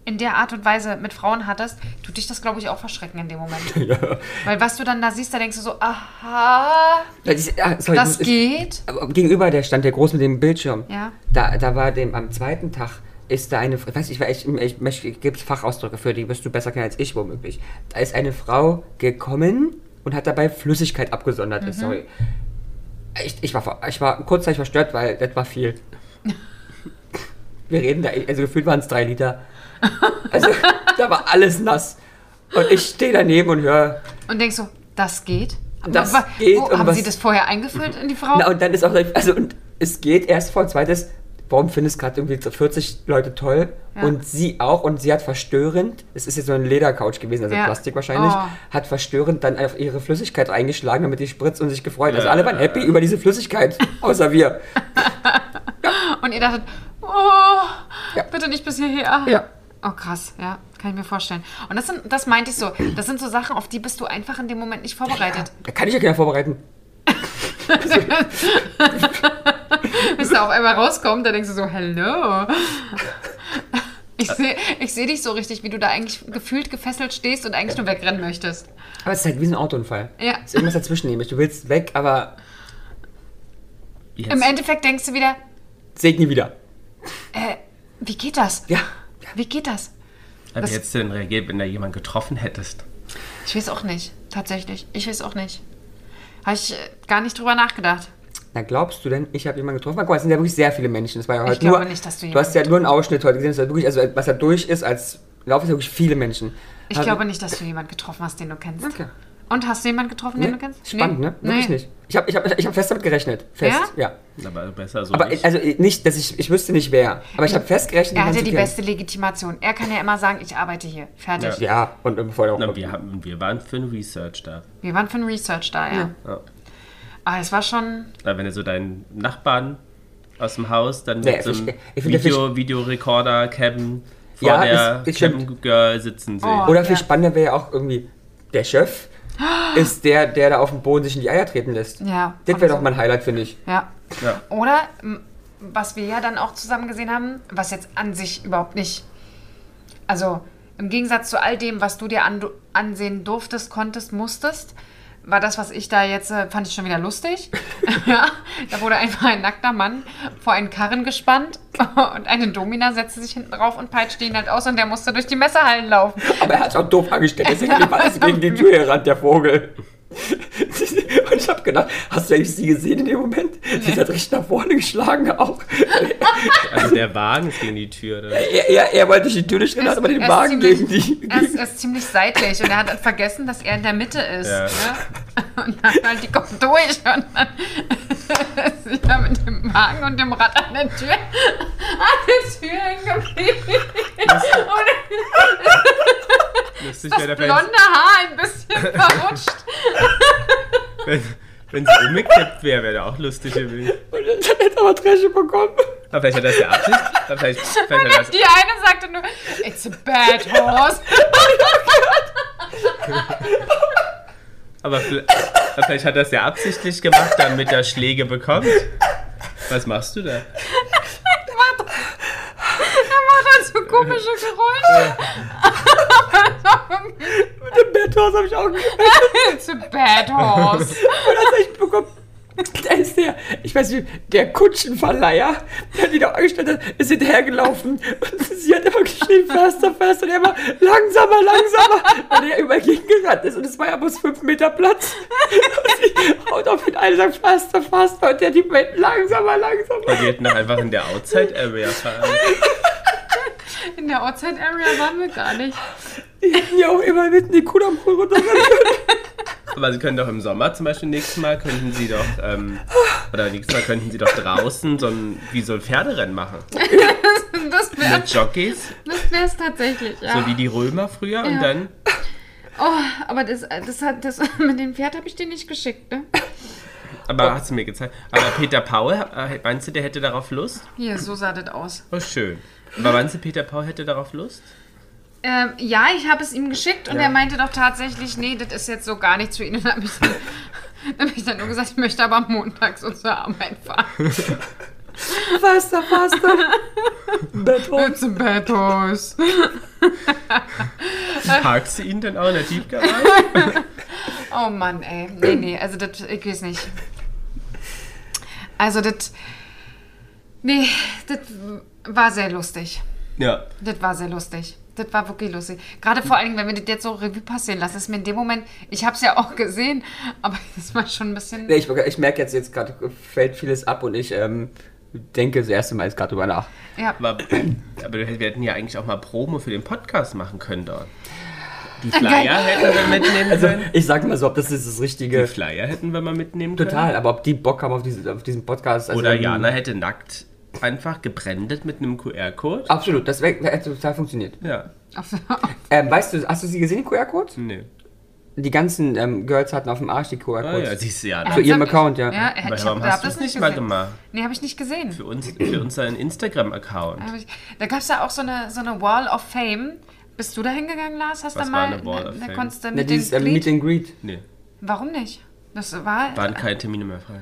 in der Art und Weise mit Frauen hattest, tut dich das, glaube ich, auch verschrecken in dem Moment. Weil was du dann da siehst, da denkst du so, aha,
Das, ist, ah, sorry,
das
ich-
geht.
aber Gegenüber, der stand der groß mit dem Bildschirm.
Ja.
Da, da war dem am zweiten Tag ist da eine, weiß ich, ich, ich, ich, ich gibt Fachausdrücke für, die wirst du besser kennen als ich womöglich. Da ist eine Frau gekommen und hat dabei Flüssigkeit abgesondert. Sorry. Ich, ich, war, ver- ich war kurzzeitig verstört, weil das war viel. Wir reden da, also gefühlt waren es drei Liter. Also da war alles nass. Und ich stehe daneben und höre
Und denkst so, das geht.
Das
Aber
geht
Wo,
und
haben
was-
sie das vorher eingefüllt in die Frau?
Na, und dann ist auch, also, und es geht erst vor, zweites, warum findest gerade irgendwie so 40 Leute toll
Ja.
und sie auch und sie hat verstörend, es ist jetzt so eine Ledercouch gewesen, also
Ja.
Plastik wahrscheinlich,
Oh.
hat verstörend dann auf ihre Flüssigkeit eingeschlagen, damit die spritzt und sich gefreut. Also
Ja.
alle waren happy über diese Flüssigkeit, außer wir.
Und ihr dachtet, oh,
Ja.
bitte nicht bis hierher.
Ja.
Oh krass, ja, kann ich mir vorstellen. Und das, sind, das meinte ich so, das sind so Sachen, auf die bist du einfach in dem Moment nicht vorbereitet.
Da kann ich ja keiner vorbereiten.
Bis da auf einmal rauskommt, da denkst du so, hello. Ich
Äh.
sehe ich seh dich so richtig, wie du da eigentlich gefühlt gefesselt stehst und eigentlich nur wegrennen möchtest.
Aber es ist halt wie so ein Autounfall.
Ja.
Es ist irgendwas dazwischen, nämlich du willst weg, aber
Jetzt.
Im Endeffekt denkst du wieder,
seht nie wieder.
äh, wie geht das?
Ja.
Wie geht das?
Aber
das-
wie hättest du denn reagiert, wenn da jemand getroffen hättest?
Ich weiß auch nicht, tatsächlich. Ich weiß auch nicht. Habe ich äh, gar nicht drüber nachgedacht.
Na, glaubst du denn, ich habe jemanden getroffen? Guck mal, es sind ja wirklich sehr viele Menschen. Das war ja heute
glaube
nur,
nicht, dass du
Du hast ja nur einen Ausschnitt heute gesehen. Das war wirklich, also, was da durch ist als Lauf, ist ja wirklich viele Menschen.
Ich
Also-
glaube nicht, dass du jemanden getroffen hast, den du kennst.
Okay.
Und hast du jemanden getroffen, den du kennst?
Spannend, ne? Wirklich nicht. Ich habe ich hab, ich hab fest damit gerechnet. Fest, ja.
Aber besser so.
Aber
nicht.
also nicht, dass ich, ich wüsste nicht wer. Aber ich habe fest gerechnet.
Er hat ja
jemanden
die
zu kennen.
beste Legitimation. Er kann ja immer sagen, ich arbeite hier. Fertig.
Ja, und ähm, vorher auch.
Na, wir, haben, wir waren für ein Research da.
Wir waren für ein Research da, ja.
Ja.
Aber es war schon.
Na, wenn du so deinen Nachbarn aus dem Haus dann
Nee,
mit so einem
ich- ich find, der
Video, Videorekorder, Cam, vor
Ja,
der
ist- ist
Cam Girl sitzen sehen.
Oh.
Oder viel
Ja.
spannender wäre ja auch irgendwie, der Chef ist der, der da auf dem Boden sich in die Eier treten lässt.
Ja.
Das wäre doch mein Highlight, finde ich.
Ja.
Ja.
Oder m, was wir ja dann auch zusammen gesehen haben, was jetzt an sich überhaupt nicht. Also im Gegensatz zu all dem, was du dir an, ansehen durftest, konntest, musstest, war das, was ich da jetzt, äh, fand ich schon wieder lustig. ja, da wurde einfach ein nackter Mann vor einen Karren gespannt und eine Domina setzte sich hinten drauf und peitschte ihn halt aus und der musste durch die Messerhallen laufen.
Aber er hat auch doof angestellt. Deswegen war alles gegen die Tür gerannt, der Vogel. Und ich habe gedacht, hast du eigentlich sie gesehen in dem Moment? Sie hat richtig nach vorne geschlagen auch.
Also der Wagen ist gegen die Tür. Oder?
Er, er, er wollte nicht die Tür durchrennen, hat aber den
Er ist
Wagen
ziemlich-
gegen die.
Er ist, er ist ziemlich seitlich und er hat vergessen, dass er in der Mitte ist.
Ja.
Ne? Und dann halt die kommt durch und dann ist er mit dem Wagen und dem Rad an der Tür, an der Tür hingeblieben. Und
Lustig
das
wäre da,
blonde Haar ein bisschen verrutscht.
wenn, wenn sie umgekippt wäre, wäre da auch lustig gewesen.
Und dann hat er aber Tresche bekommen.
Aber vielleicht hat das ja Absicht. Aber vielleicht, vielleicht hat das,
Die eine sagte nur, it's a bad horse.
aber, vielleicht, aber vielleicht hat das ja absichtlich gemacht, damit er Schläge bekommt. Was machst du da?
Er macht halt so komische Geräusche.
Mit dem Betthaus habe ich auch gehört.
It's a bad horse.
Und das echt bekommen. oh Da ist der, ich weiß nicht, der Kutschenverleiher, der die da angestellt hat, ist hinterhergelaufen. Und sie hat immer geschrien, faster, faster, und er war langsamer, langsamer, weil er überall gerannt ist. Und es war ja bloß fünf Meter Platz. Und sie haut auf ihn ein und sagt, faster, faster, und der die beiden langsamer, langsamer.
Und die hätten doch einfach in der Outside-Area fahren.
In der Outside Area waren wir gar nicht.
Die hätten ja auch immer mitten die Kuh am Pool runtergerannt.
Aber sie können doch im Sommer zum Beispiel nächstes Mal könnten sie doch, ähm, oder nächstes Mal könnten sie doch draußen so ein, wie so ein Pferderennen machen.
Das wäre
Mit Jockeys,
Das wäre es tatsächlich, ja.
so wie die Römer früher und
Ja.
dann
oh, aber das, das hat das mit dem Pferd habe ich dir nicht geschickt, ne?
Aber hast du mir gezeigt. Aber Peter Paul, äh, meinst du, der hätte darauf Lust?
Hier, so sah das aus.
Oh, schön. Aber meinst du, Peter Paul hätte darauf Lust?
Ähm, ja, ich habe es ihm geschickt und
Ja.
er meinte doch tatsächlich, nee, das ist jetzt so gar nichts für ihn. Und dann habe ich, dann- dann hab ich dann nur gesagt, ich möchte aber montags und zur Arbeit fahren.
Faster, faster. Betthaus.
It's a bad horse. Äh.
Parkst du ihn denn auch in der Tiefgarage?
Oh Mann, ey. Nee, nee, also das, ich weiß nicht. Also das, nee, das war sehr lustig.
ja.
Das war sehr lustig. Das war wirklich lustig. Gerade vor allen Dingen, wenn wir das jetzt so Revue passieren lassen, ist mir in dem Moment, ich habe es ja auch gesehen, aber das war schon ein bisschen.
Nee, ich, ich merke jetzt, jetzt gerade fällt vieles ab und ich ähm, denke das erste Mal jetzt gerade drüber nach.
Ja.
Aber, aber wir hätten ja eigentlich auch mal Promo für den Podcast machen können dort. Die
Äh, Geil.
Flyer hätten wir mitnehmen
Also,
können.
ich sag mal so, ob das ist das
Die
Richtige.
Flyer hätten wir mal mitnehmen können.
Total, aber ob die Bock haben auf, diese, auf diesen Podcast. Also,
Oder ne?
ähm,
Jana hätte nackt einfach gebrandet mit einem QR-Code.
Absolut, das wär- hätte total funktioniert.
Ja.
Auf,
Ähm, weißt du, hast du sie gesehen, QR-Code?
Nee.
Die ganzen ähm, Girls hatten auf dem Arsch die
Ah, ja,
QR-Codes.
siehst du, Jana.
Zu ihrem Account, ja.
ja ich
Aber warum
hab- hab
hast du es nicht mal
gesehen.
gemacht?
Nee, habe ich nicht gesehen.
Für, uns, für unseren Instagram-Account.
Hab ich, da gab es ja auch so eine, so eine Wall of Fame. Bist du da hingegangen, Lars? Hast
Was
du
war
mal.
eine Wall of
da
Fame?
konntest du
Ne,
mit
dieses ähm,
den
Meet and Greet.
Nee,
Warum nicht? Das war.
waren keine Termine mehr frei.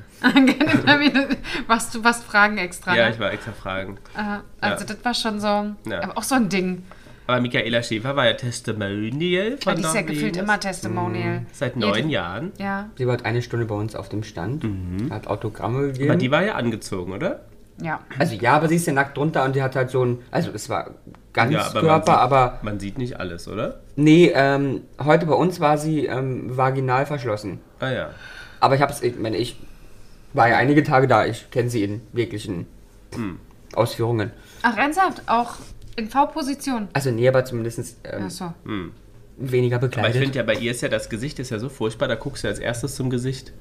Machst du was Fragen extra?
Ja,
ne?
ich war extra fragen.
Äh, also, das war schon so.
Ja.
Aber auch so ein Ding.
Aber Michaela Schäfer war ja Testimonial von
Die ist ja
Don Mhm.
gefühlt
Venus
immer Testimonial.
Seit
Jede-
neun Jahren.
Ja,
Sie war halt eine Stunde bei uns auf dem Stand, hat Autogramme
Mhm. Aber
gegeben.
die war ja angezogen, oder?
ja.
also ja, aber sie ist ja nackt drunter und die hat halt so ein, also es war ganz
Ja, aber man
Körper,
sieht-
aber
Man sieht nicht alles, oder?
nee, ähm, heute bei uns war sie ähm, vaginal verschlossen.
Ah ja.
Aber ich hab's, ich meine, ich war ja einige Tage da, ich kenne sie in wirklichen
Hm.
Ausführungen.
Ach, ernsthaft? Auch in V-Position?
Also nee, aber zumindest ähm,
Achso.
weniger
Aber ich
bekleidet.
finde ja, bei ihr ist ja das Gesicht ist ja so furchtbar, da guckst du als erstes zum Gesicht.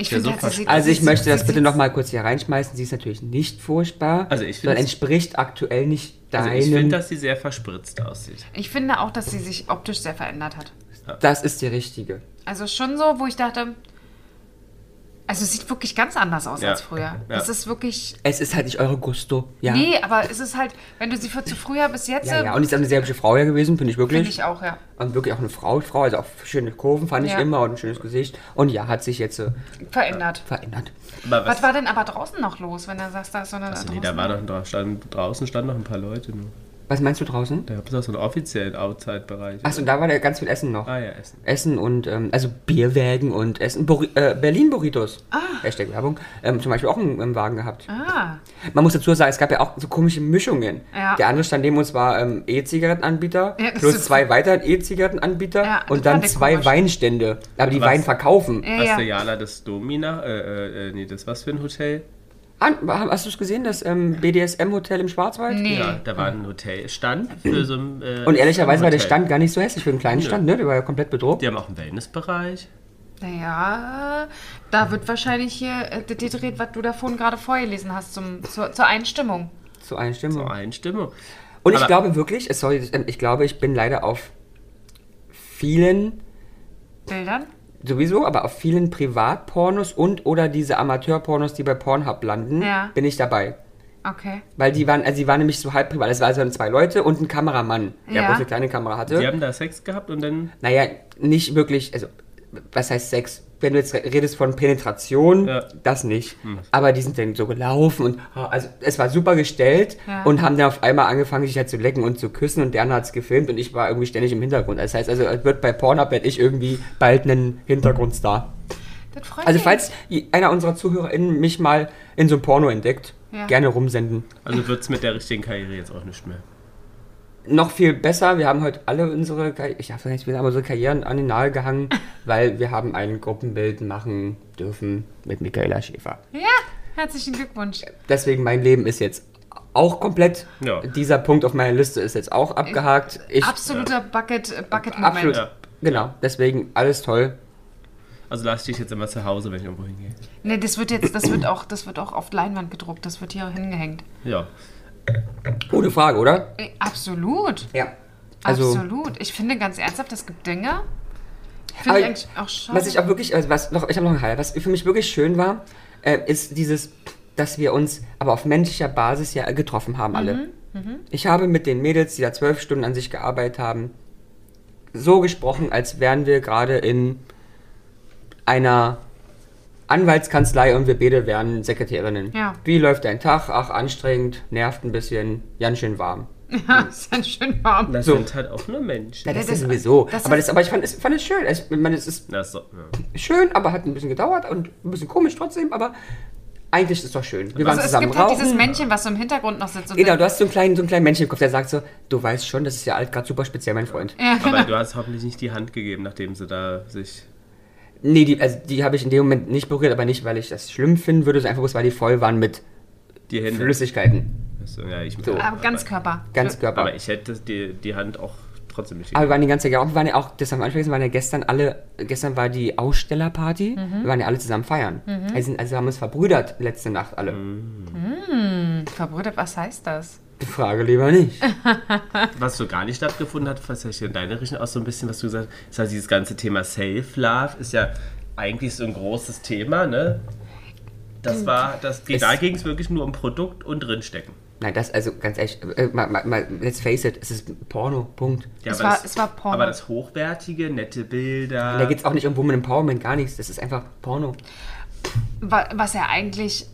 Ich
Ja,
finde,
so
ja, sie sieht-
also ich
sie-
möchte das
sie
bitte
sieht-
nochmal kurz hier reinschmeißen. Sie ist natürlich nicht furchtbar.
Also ich
sondern
find's-
entspricht aktuell nicht
Also
deinem.
ich finde,
das,
dass sie sehr verspritzt aussieht.
Ich finde auch, dass sie sich optisch sehr verändert hat.
ist die richtige.
Also schon so, wo ich dachte, Also es sieht wirklich ganz anders aus
Ja.
als früher.
Ja.
Das ist wirklich.
Es ist halt nicht eure Gusto. Ja.
Nee, aber es ist halt, wenn du sie für zu früher bis jetzt.
Ja, ja, und ist auch eine serbische Frau ja gewesen, finde ich wirklich.
Finde ich auch, ja.
Und wirklich auch eine Frau, Frau, also auch schöne Kurven fand
Ja.
ich immer und ein schönes Gesicht. Und ja, hat sich jetzt äh,
Verändert.
verändert.
Aber
Was, war denn aber draußen noch los, wenn er sagst, da ist so
Ah,
eine.
Also Nee, da war noch, da stand, draußen standen noch ein paar Leute nur.
Was meinst du draußen?
Da gab es auch so einen offiziellen Outside-Bereich.
Achso, da war ja ganz viel Essen noch.
Ah ja, Essen.
Essen und, ähm, also Bierwägen und Essen. Burri äh, Berlin-Burritos. Ah. Hashtag Werbung. Ähm, zum Beispiel auch einen, einen Wagen gehabt.
Ah,
Man muss dazu sagen, es gab ja auch so komische Mischungen.
Ja.
Der andere stand neben uns war ähm, E-Zigarettenanbieter,
Ja, das
plus
ist-
zwei weitere E-Zigarettenanbieter
Ja,
und
total
dann zwei
komisch.
Weinstände. Aber die
Was?
Wein verkaufen.
ja,
Hast
ja.
du Jala das Domina? Äh, äh, äh, nee, das was für ein Hotel?
Ah, hast du es gesehen, das ähm, BDSM-Hotel im Schwarzwald?
Nee.
Ja, da war ein Hotelstand für so ein. Äh,
Und ehrlicherweise war der
Hotel.
Stand gar nicht so hässlich für einen kleinen Stand, ne? Der war ja komplett bedruckt.
Die haben auch einen Wellnessbereich.
Mhm.
Naja, da wird wahrscheinlich hier äh, das gedreht, was du davon gerade vorgelesen hast, zum, zur, zur Einstimmung.
Zur Einstimmung.
Zur Einstimmung.
Und ich
Aber-
glaube wirklich, äh, sorry, ähm, ich glaube, ich bin leider auf vielen,
Bildern?
sowieso, aber auf vielen Privatpornos und oder diese Amateurpornos, die bei Pornhub landen,
Ja.
bin ich dabei.
Okay.
Weil die waren, also die waren nämlich so halb privat. Es waren also zwei Leute und ein Kameramann, der
Ja.
bloß eine kleine Kamera hatte.
Die haben da Sex gehabt und dann.
Naja, nicht wirklich, also was heißt Sex? Wenn du jetzt re- redest von Penetration,
Ja.
das nicht.
Hm.
Aber die sind dann so gelaufen und ah, also es war super gestellt
Ja.
und haben dann auf einmal angefangen, sich halt zu lecken und zu küssen und der andere hat es gefilmt und ich war irgendwie ständig im Hintergrund. Das heißt, also es wird bei Pornhub werde ich irgendwie bald einen Hintergrundstar.
Das freut
Also
mich.
falls i- einer unserer ZuhörerInnen mich mal in so einem Porno entdeckt,
Ja.
gerne rumsenden.
Also wird es mit der richtigen Karriere jetzt auch nicht mehr.
noch viel besser. Wir haben heute alle unsere, Karri- ich darf das nicht wieder, aber unsere Karrieren an den Nagel gehangen, weil wir haben ein Gruppenbild machen dürfen mit Michaela Schäfer.
Ja, herzlichen Glückwunsch.
Deswegen mein Leben ist jetzt auch komplett.
Ja.
Dieser Punkt auf meiner Liste ist jetzt auch abgehakt. Ich
Absoluter Bucket-Moment. Bucket
absolut.
Bucket
Ja.
Genau. Deswegen alles toll.
Also lass dich jetzt immer zu Hause, wenn ich irgendwo hingehe.
ne, das wird jetzt, das wird auch, das wird auch auf Leinwand gedruckt, das wird hier hingehängt.
Ja.
Ohne Frage, oder?
Äh, Absolut.
Ja. Also
Absolut. Ich finde ganz ernsthaft, es gibt Dinge.
Aber
Finde ich eigentlich auch schade.
Was ich auch wirklich, also was noch, ich habe noch ein Highlight, was für mich wirklich schön war, äh, ist dieses, dass wir uns aber auf menschlicher Basis ja getroffen haben alle.
Mhm,
Ich habe mit den Mädels, die da zwölf Stunden an sich gearbeitet haben, so gesprochen, als wären wir gerade in einer Anwaltskanzlei und wir beide wären Sekretärinnen.
Ja.
Wie läuft dein Tag? Ach, anstrengend, nervt ein bisschen, ganz schön warm.
ja, ist ein schön warm.
Das
So.
sind halt auch nur Menschen.
Ja, das,
das-
ist sowieso.
das
aber,
ist-
das, aber ich fand es, fand es schön. Es, ich meine, es ist
Na, so, ja.
schön, aber hat ein bisschen gedauert und ein bisschen komisch trotzdem, aber eigentlich ist es doch schön. Wir waren
Also es
zusammen
gibt halt dieses
rauchen.
Männchen, was so im Hintergrund noch sitzt. Und
Genau, du hast so einen kleinen, so einen kleinen Menschen im Kopf, der sagt so, du weißt schon, das ist ja alt, gerade super speziell, mein Freund.
Aber du hast hoffentlich nicht die Hand gegeben, nachdem sie da sich.
Nee, die, also die habe ich in dem Moment nicht berührt, aber nicht, weil ich das schlimm finden würde, sondern einfach bloß, weil die voll waren mit
Die Hände.
Flüssigkeiten.
So, ja, ich
So.
aber ganz Körper.
Ganz Körper.
Aber ich hätte die, die Hand auch trotzdem nicht
Aber wir waren die ganze Zeit, wir waren ja auch, das haben wir anfangs, waren ja gestern alle, gestern war die Ausstellerparty,
Mhm.
wir waren ja alle zusammen feiern. Also, sind- also haben uns verbrüdert letzte Nacht alle.
Mhm. Verbrüdert, was heißt das?
Die Frage lieber nicht.
Was so gar nicht stattgefunden hat, was ja hier in deine Richtung auch so ein bisschen, was du gesagt hast, ist halt dieses ganze Thema Self-Love ist ja eigentlich so ein großes Thema, ne? Das war, das, da ging es wirklich nur um Produkt und drinstecken.
Nein, das, also ganz ehrlich, äh, mal, mal, mal, let's face it, es ist Porno, Punkt.
Ja,
Es
aber
war-
das,
es war Porno.
Aber das Hochwertige, nette Bilder.
Da geht es auch nicht um Woman Empowerment, gar nichts. Das ist einfach Porno.
Wa- Was ja eigentlich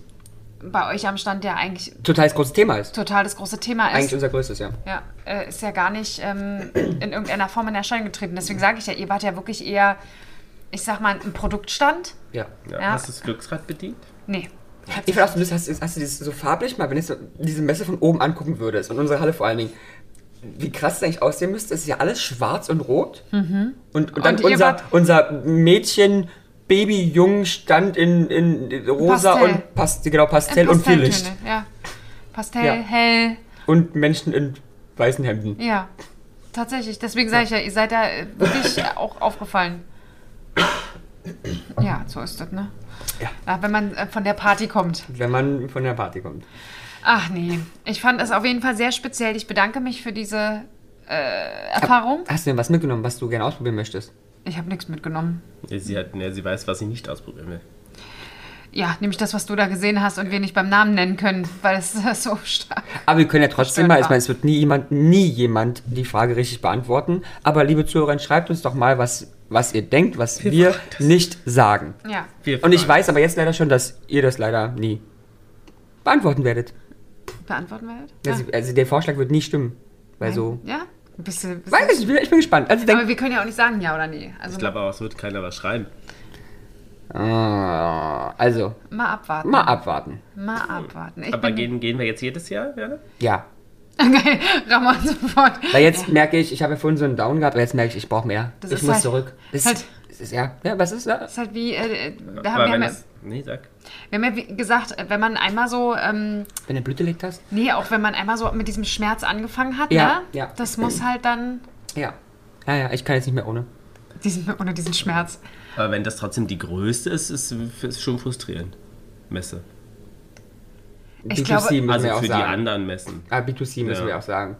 bei euch am Stand ja eigentlich
Total das große Thema ist.
total das große Thema ist.
Eigentlich unser größtes, ja.
ja, äh, ist ja gar nicht ähm, in irgendeiner Form in Erscheinung getreten. Deswegen sage ich ja, ihr wart ja wirklich eher, ich sag mal, ein Produktstand.
ja.
ja,
ja.
Hast du das Glücksrad bedient?
Nee.
Ich fand auch so, lustig, hast, du- hast du dieses so farblich mal, wenn du so diese Messe von oben angucken würdest und unsere Halle vor allen Dingen, wie krass das eigentlich aussehen müsste, Es ist ja alles schwarz und rot. Und, und dann
Mhm. Und ihr
unser,
wart-
unser Mädchen, Baby, Jung stand in, in rosa
Pastell.
und Past, genau,
Äh,
Pastell und viel
Pastelltöne,
Licht.
Ja. Pastell,
Ja.
hell,
Und Menschen in weißen Hemden.
ja. Tatsächlich. Deswegen sage ich ja, ihr seid da äh, wirklich auch aufgefallen. Ja, so ist das, ne?
Ja.
Na, wenn man äh, von der Party kommt.
Wenn man von der Party kommt.
Ach nee, ich fand es auf jeden Fall sehr speziell. Ich bedanke mich für diese äh, Erfahrung.
Hast du denn was mitgenommen, was du gerne ausprobieren möchtest?
Ich habe nichts mitgenommen.
Ja, Sie, hat, ne, sie weiß, was sie nicht ausprobieren will.
Ja, nämlich das, was du da gesehen hast und wir nicht beim Namen nennen können, weil es ist so stark.
Aber wir können ja trotzdem
Schön
mal, ich
war.
meine, es wird nie jemand, nie jemand die Frage richtig beantworten. Aber liebe Zuhörer, schreibt uns doch mal, was, was ihr denkt, was wir, nicht sagen.
Ja.
Wir
Und ich
fragen.
weiß aber jetzt leider schon, dass ihr das leider nie beantworten werdet.
Beantworten wir das?
Also, also der Vorschlag wird nie stimmen. Weil
Ah. Nein.
so.
Ja? Ein bisschen. bisschen.
Weiß ich, nicht, ich bin gespannt. Also
Aber
denkt.
wir können ja auch nicht sagen ja oder nee. Also
Ich glaube aber, es wird keiner was schreiben.
Ah, Also,
mal abwarten.
mal abwarten.
Mal abwarten. Ich
Aber
bin
gehen, gehen wir jetzt jedes Jahr, Werner?
Ja.
Geil, Ramon sofort.
Weil jetzt merke ich, ich habe ja vorhin so einen Down gehabt, aber jetzt merke ich, ich brauche mehr.
Das
ich
ist
muss
halt-
zurück. Das
halt-
das ist ja. Ja, was ist da?
Das ist halt wie, äh, äh, da
Aber
haben wir,
wenn
haben ja,
das, nee, sag.
wir haben ja wie gesagt, äh, wenn man einmal so, ähm,
Wenn du Blüte legt hast?
nee, auch wenn man einmal so mit diesem Schmerz angefangen hat,
Ja,
ne?
ja.
Das muss halt dann,
Ja. Ja, ja, ich kann jetzt nicht mehr ohne.
diesen, ohne diesen Schmerz.
Aber wenn das trotzdem die größte ist, ist es schon frustrierend. Messe.
Ich
B2C
glaube-
müssen
Also
wir auch
für die
sagen.
anderen Messen.
Ah, B2C müssen
Ja.
wir auch sagen.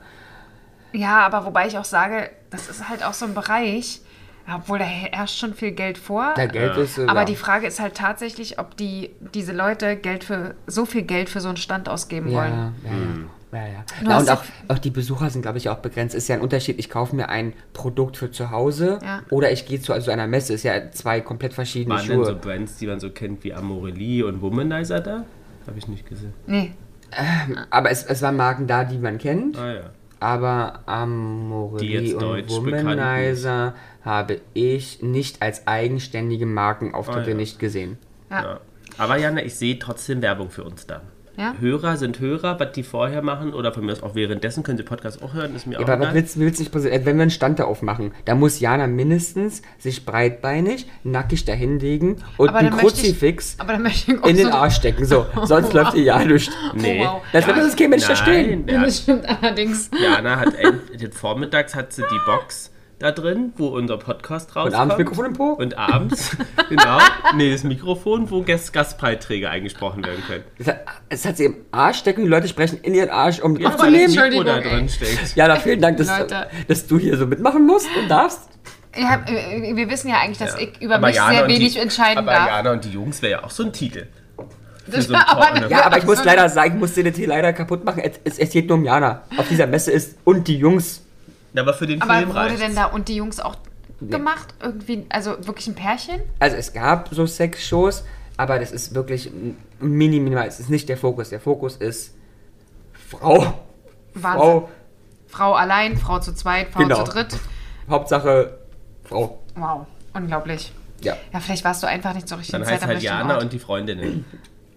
Ja, aber wobei ich auch sage, das ist halt auch so ein Bereich, obwohl da herrscht schon viel Geld vor.
Da Geld ist. äh,
aber
ja.
die Frage ist halt tatsächlich, ob die, diese Leute Geld für, so viel Geld für so einen Stand ausgeben
Ja,
wollen.
ja,
Hm.
ja. ja, ja.
Du
Na,
hast
und
ja-
auch, auch die Besucher sind, glaube ich, auch begrenzt. Ist ja ein Unterschied, ich kaufe mir ein Produkt für zu Hause
Ja.
oder ich gehe zu also einer Messe. Ist ja zwei komplett verschiedene
Waren denn
Schuhe.
so Brands, die man so kennt wie Amorelie und Womanizer da? Habe ich nicht gesehen.
Nee,
Aber es, es waren Marken da, die man kennt.
Ah ja.
Aber
Die
Amorelie
jetzt
und
deutsch
Womanizer habe ich nicht als eigenständige Markenauftritte
Ah, ja.
nicht gesehen.
ja.
ja. Aber Jana, ich sehe trotzdem Werbung für uns da.
Ja?
Hörer sind Hörer, was die vorher machen oder von mir aus auch währenddessen können sie Podcast auch hören, ist mir auch
Aber was
egal.
willst, willst du nicht präsentieren? Wenn wir einen Stand da aufmachen, da muss Jana mindestens sich breitbeinig, nackig dahinlegen und
Aber
ein
dann möchte ich-
Kruzifix
Aber dann möchte ich auch
in den
so-
Arsch stecken. So, sonst läuft ihr ja nicht.
Nee.
Oh, wow.
Das wird uns kein Mensch verstehen.
Ja,
Das stimmt allerdings.
Jana hat ein, den vormittags hat sie die Box da drin, wo unser Podcast rauskommt.
abends Mikrofon im Po?
Und abends, genau, nee, das Mikrofon, wo Gast Gastbeiträge eingesprochen werden können.
Es hat- Es hat sie im Arsch stecken, die Leute sprechen in ihren Arsch, um die
Jetzt, weil das
aufzunehmen.
Entschuldigung,
Mikro da
ey.
drin steckt.
Jana, vielen Dank, dass,
Leute.
dass du hier so mitmachen musst und darfst.
Ja, äh, wir wissen ja eigentlich, dass ich über
Aber
mich
Jana
sehr
und die-
wenig entscheiden
aber
darf.
Jana und die Jungs wäre ja auch so ein Titel.
Das-
so ein Tor-
aber- also,
Ja, aber ich muss leider sagen, ich muss den Tee leider kaputt machen. Es, es, es geht nur um Jana. Auf dieser Messe ist und die Jungs.
Na, Aber für den
Aber
Film
wurde
reicht.
denn da und die Jungs auch gemacht? Irgendwie, also wirklich ein Pärchen?
Also es gab so Sexshows, aber das ist wirklich mini, minimal. Es ist nicht der Fokus. Der Fokus ist Frau.
Wahnsinn.
Frau.
Frau allein, Frau zu zweit, Frau
Genau.
zu dritt.
Hauptsache Frau.
Wow, unglaublich.
Ja.
Ja, vielleicht warst du einfach nicht zur richtigen
Dann
Zeit
heißt
am
halt
richtigen
Jana
Ort.
und die Freundinnen.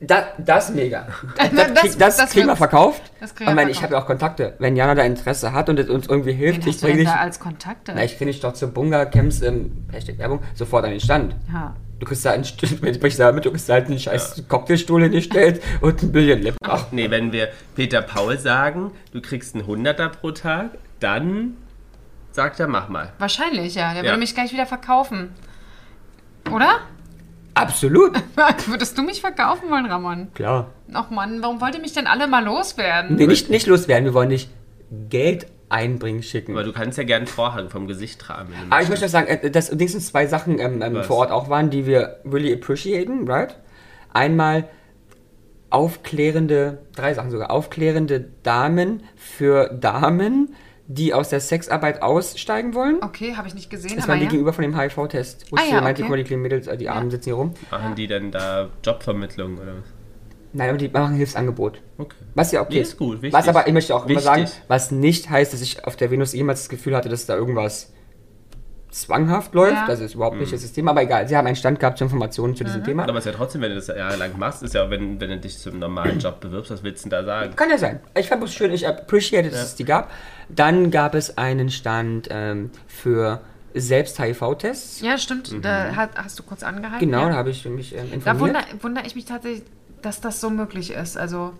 Da, das mega. Das,
Das-
krieg, das,
das
kriegen wir
wird's.
verkauft.
Das
ich
kriegen wir
meine, ich
verkauft.
habe ja auch Kontakte. Wenn Jana da Interesse hat und es uns irgendwie
Wen
hilft, ich
hast du
bringe
denn
dich.
da als Kontakte?
Na, ich finde dich doch zu Bunga Camps im Hashtag Werbung sofort an den Stand.
Ja.
Du kriegst da einen Stuhl, wenn ich spreche damit, du kriegst da halt einen scheiß Cocktailstuhl hingestellt und ein Billion Lip. Ach,
Nee, wenn wir Peter Paul sagen, du kriegst einen Hunderter pro Tag, dann sagt er, mach mal.
Wahrscheinlich, ja. Der
Ja.
würde mich gleich wieder verkaufen. Oder?
absolut.
Würdest du mich verkaufen wollen, Ramon?
Klar.
Ach Mann, warum wollt ihr mich denn alle mal loswerden?
Nee, nicht, nicht loswerden, wir wollen nicht Geld einbringen schicken.
Aber du kannst ja gerne einen Vorhang vom Gesicht tragen. wenn du
Aber ich
möchtest.
möchte noch sagen, äh, dass wenigstens zwei Sachen ähm, ähm,
Was?
vor Ort auch waren, die wir really appreciaten, right? Einmal aufklärende, drei Sachen sogar, aufklärende Damen für Damen, die aus der Sexarbeit aussteigen wollen.
Okay, habe ich nicht gesehen,
Das
Oh, aber
war
ja.
gegenüber von dem HIV-Test. Wo
Ah
sie
ja,
meinte,
okay.
guck mal, die kleinen Mädels, äh, die Armen sitzen hier rum.
Machen die dann da Jobvermittlung oder was?
Nein, aber die machen Hilfsangebot.
Okay.
Was ja okay
Nee, ist gut, wichtig.
Was aber, ich möchte auch immer
Wichtig.
sagen, was nicht heißt, dass ich auf der Venus jemals das Gefühl hatte, dass da irgendwas zwanghaft läuft.
Ja. Mhm.
Das ist überhaupt nicht das System, aber egal. Sie haben einen Stand gehabt zu Informationen zu diesem Thema.
Mhm. Aber es ist ja trotzdem, wenn du das jahrelang machst, ist ja, wenn, wenn du dich zum normalen Job bewirbst, was willst du denn da sagen?
Kann ja sein. Ich fand es schön, ich appreciate, dass es die gab. Dann gab es einen Stand ähm, für selbst HIV-Tests.
Ja, stimmt. Da hat, hast du kurz angehalten.
Mhm. Genau, da
Ja.
habe ich mich ähm,
Da
informiert.
wundere wunder ich mich tatsächlich, dass das so möglich ist. Also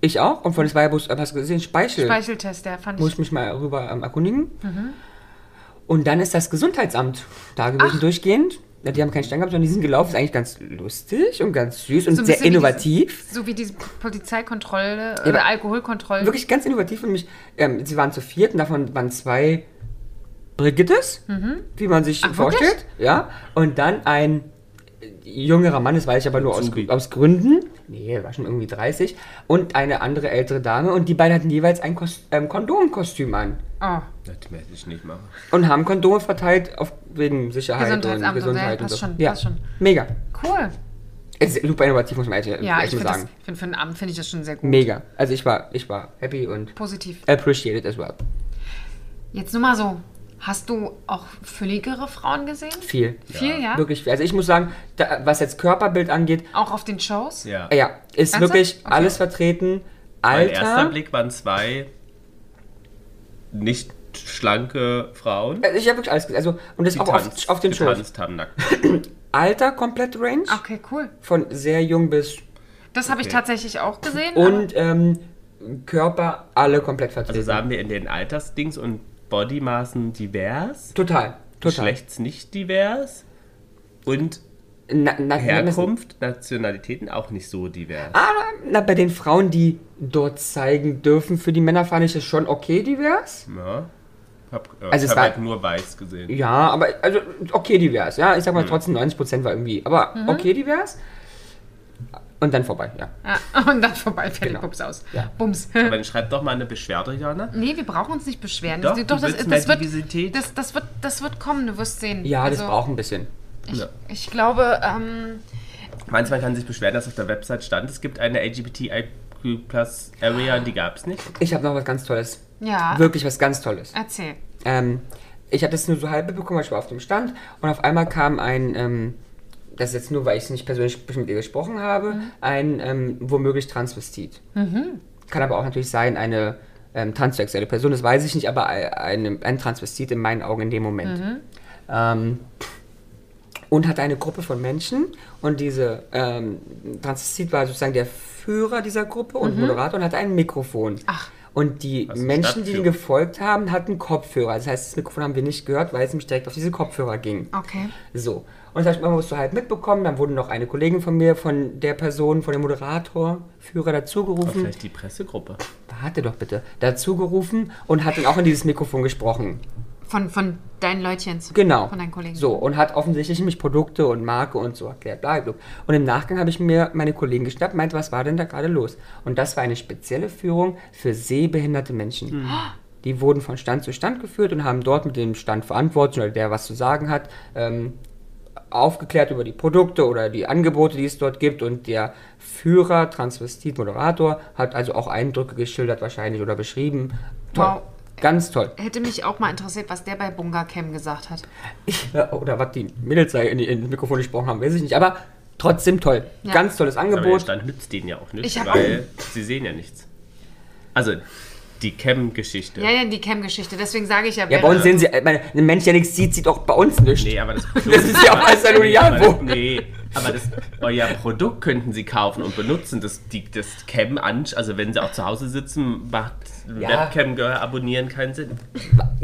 ich auch. Und von Zweierbus, hast du gesehen, Speichel.
Speicheltest, der fand
Muss
ich.
ich mich mal rüber ähm, erkundigen.
Mhm.
Und dann ist das Gesundheitsamt da gewesen, durchgehend. Ja, Die haben keinen Stein gehabt, sondern die sind gelaufen. Ist eigentlich ganz lustig und ganz süß und
ein
sehr
bisschen wie
innovativ.
So wie diese Polizeikontrolle
aber-
oder Alkoholkontrolle.
Wirklich ganz innovativ für mich. Ähm, sie waren zu viert und davon waren zwei Brigittes, wie man sich
Mhm. Ach,
vorstellt.
wirklich?
Ja. Und dann ein jüngerer Mann ist, weiß ich aber nur aus,
Azubi.
aus Gründen. Nee, er war schon irgendwie 30. Und eine andere ältere Dame. Und die beiden hatten jeweils ein Kos ähm, Kondomkostüm an.
Oh,
Das werde ich nicht machen.
Und haben Kondome verteilt auf, wegen Sicherheit und
Gesundheitsamt und so,
Gesundheit.
ja, passt
und so.
schon,
ja,
passt schon.
mega.
cool.
Es ist super innovativ, muss man ehrlich,
Ja, ich
ehrlich
finde das
sagen.
find für einen Abend finde ich das schon sehr gut.
Mega. Also ich war, ich war happy und
Positiv.
appreciated as well.
Jetzt nur mal so, hast du auch fülligere Frauen gesehen?
Viel.
Viel, ja?
Wirklich, also ich muss sagen, da, was jetzt Körperbild angeht,
Auch auf den Shows?
Ja.
ja, ist
Ernsthaft?
wirklich
Okay.
alles vertreten.
Mein erster
Alter.
Blick waren zwei nicht schlanke Frauen,
Also ich habe wirklich alles gesehen. Also, und das
die
auch auf,
tanzt,
auf den Shows.
getanzt haben nackt.
Alter, komplett Range.
Okay, cool.
Von sehr jung bis.
Das habe ich
Okay.
tatsächlich auch gesehen.
Und ähm, Körper alle komplett
Also
vertreten.
sahen wir in den Altersdings und Bodymaßen divers,
total. Total.
Geschlechts nicht divers und
Na, na,
Herkunft, Nationalitäten auch nicht so divers.
Aber na, bei den Frauen, die dort zeigen dürfen, für die Männer fand ich das schon okay divers.
Ja. ne? Hab, äh,
Also es
also ich habe
war-
halt nur weiß gesehen.
Ja, aber also okay divers. Ja, ich sag mal trotzdem 90% war irgendwie, aber okay divers. Und dann vorbei, ja.
Ah, und dann vorbei, fertig,
Genau.
Bums aus.
Ja.
Bums.
Aber dann schreib doch mal eine Beschwerde, Jana.
Nee, wir brauchen uns nicht beschweren.
Doch,
das,
du
doch das,
willst
das,
mehr
wird,
Diversität.
das, das, wird, das wird kommen, du wirst sehen.
Ja, das
Also,
braucht ein bisschen.
Ich,
Ja.
ich glaube, ähm,
Meinst du, man kann sich beschweren, dass auf der Website stand, es gibt eine LGBTIQ Plus Area und die gab es nicht?
Ich habe noch was ganz Tolles.
ja.
Wirklich was ganz Tolles.
Erzähl.
Ähm, ich habe das nur so halb bekommen, weil ich war auf dem Stand und auf einmal kam ein, ähm, das ist jetzt nur, weil ich nicht persönlich mit ihr gesprochen habe, ein ähm, womöglich Transvestit. Kann aber auch natürlich sein, eine ähm, transsexuelle Person, das weiß ich nicht, aber ei- eine, ein Transvestit in meinen Augen in dem Moment. Ähm, und hatte eine Gruppe von Menschen und diese ähm, Transvestit war sozusagen der Führer dieser Gruppe und Moderator und hatte ein Mikrofon.
Ach.
Und die
Was ist
Menschen, die
Stadtführung?
ihn gefolgt haben, hatten Kopfhörer. Das heißt, das Mikrofon haben wir nicht gehört, weil es nämlich direkt auf diese Kopfhörer ging.
Okay.
So. Und das habe ich immer so halb mitbekommen. Dann wurde noch eine Kollegin von mir, von der Person, von dem Moderator, Führer
Oder
dazugerufen.
vielleicht die Pressegruppe.
Warte doch bitte. Dazugerufen und hat dann auch in dieses Mikrofon gesprochen.
Von, von deinen Leutchen. zu-
Genau.
Von deinen Kollegen.
So, und hat offensichtlich nämlich Produkte und Marke und so erklärt. Bla, bla. Und im Nachgang habe ich mir meine Kollegen geschnappt, meinte, was war denn da gerade los? Und das war eine spezielle Führung für sehbehinderte Menschen.
Mhm.
Die wurden von Stand zu Stand geführt und haben dort mit dem Standverantwortlichen oder der was zu sagen hat, ähm, aufgeklärt über die Produkte oder die Angebote, die es dort gibt. Und der Führer, Transvestit, Moderator, hat also auch Eindrücke geschildert wahrscheinlich oder beschrieben. Toll.
Wow.
Ganz toll.
Hätte mich auch mal interessiert, was der bei Bunga Cam gesagt hat.
Ja, oder was die Mädels da in, die- in das Mikrofon gesprochen haben, weiß ich nicht. Aber trotzdem toll.
Ja.
Ganz tolles
Aber der
Angebot.
Stand nützt denen ja auch
Ich
nichts,
hab-
weil sie sehen ja nichts. Also, die Cam-Geschichte.
Ja, ja, die Cam-Geschichte. Deswegen sage ich ja,
Ja, bei uns sehen sie, ich meine, ein Mensch, der nichts sieht, sieht auch bei uns nichts.
ne? Nee, aber das
Das ist ja auch alles ein Unialwurf.
Nee, aber das, euer Produkt könnten sie kaufen und benutzen. Das, die, das Cam an, also wenn sie auch zu Hause sitzen, macht
Ja.
Webcam Girl abonnieren keinen Sinn.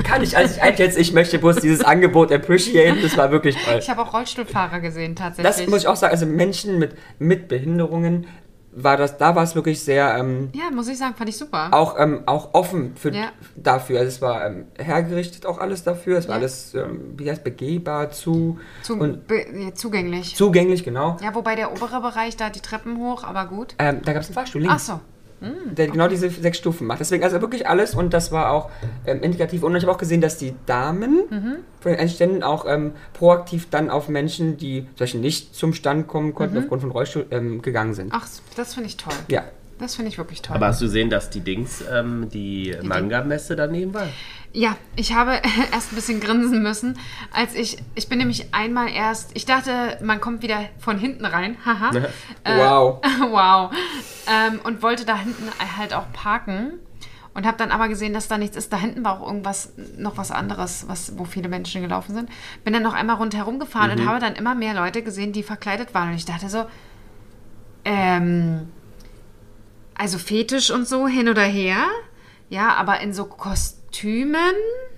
Kann ich alles nicht einschätzen. Ich möchte bloß dieses Angebot appreciaten. Das war wirklich toll.
Ich habe auch Rollstuhlfahrer gesehen, tatsächlich.
Das muss ich auch sagen. Also Menschen mit, mit Behinderungen, war das, da war es wirklich sehr ähm,
ja, muss ich sagen, fand ich super.
auch, ähm, auch offen für,
Ja.
dafür. Also es war ähm, hergerichtet auch alles dafür. Es war
Ja.
alles, ähm, wie heißt begehbar, zu
Zu,
und
be, ja, zugänglich.
zugänglich, genau.
ja, wobei der obere Bereich, da die Treppen hoch, aber gut.
Ähm, da gab es einen Fahrstuhl links.
Ach so.
der genau diese sechs Stufen macht. Deswegen also wirklich alles und das war auch ähm, indikativ. Und ich habe auch gesehen, dass die Damen
Mhm.
von den Einständen auch ähm, proaktiv dann auf Menschen, die zum Beispiel nicht zum Stand kommen konnten,
Mhm.
aufgrund von Rollstuhl, ähm, gegangen sind.
Ach, das finde ich toll.
Ja.
Das finde ich wirklich toll.
Aber hast du gesehen, dass die Dings, ähm, die Manga-Messe daneben war?
Ja, ich habe erst ein bisschen grinsen müssen, als ich, ich bin nämlich einmal erst, ich dachte, man kommt wieder von hinten rein, haha. Äh,
Wow.
wow. Ähm, und wollte da hinten halt auch parken und habe dann aber gesehen, dass da nichts ist. Da hinten war auch irgendwas, noch was anderes, was, wo viele Menschen gelaufen sind. Bin dann noch einmal rundherum gefahren und habe dann immer mehr Leute gesehen, die verkleidet waren. Und ich dachte so, ähm, also Fetisch und so hin oder her. Ja, aber in so Kostümen.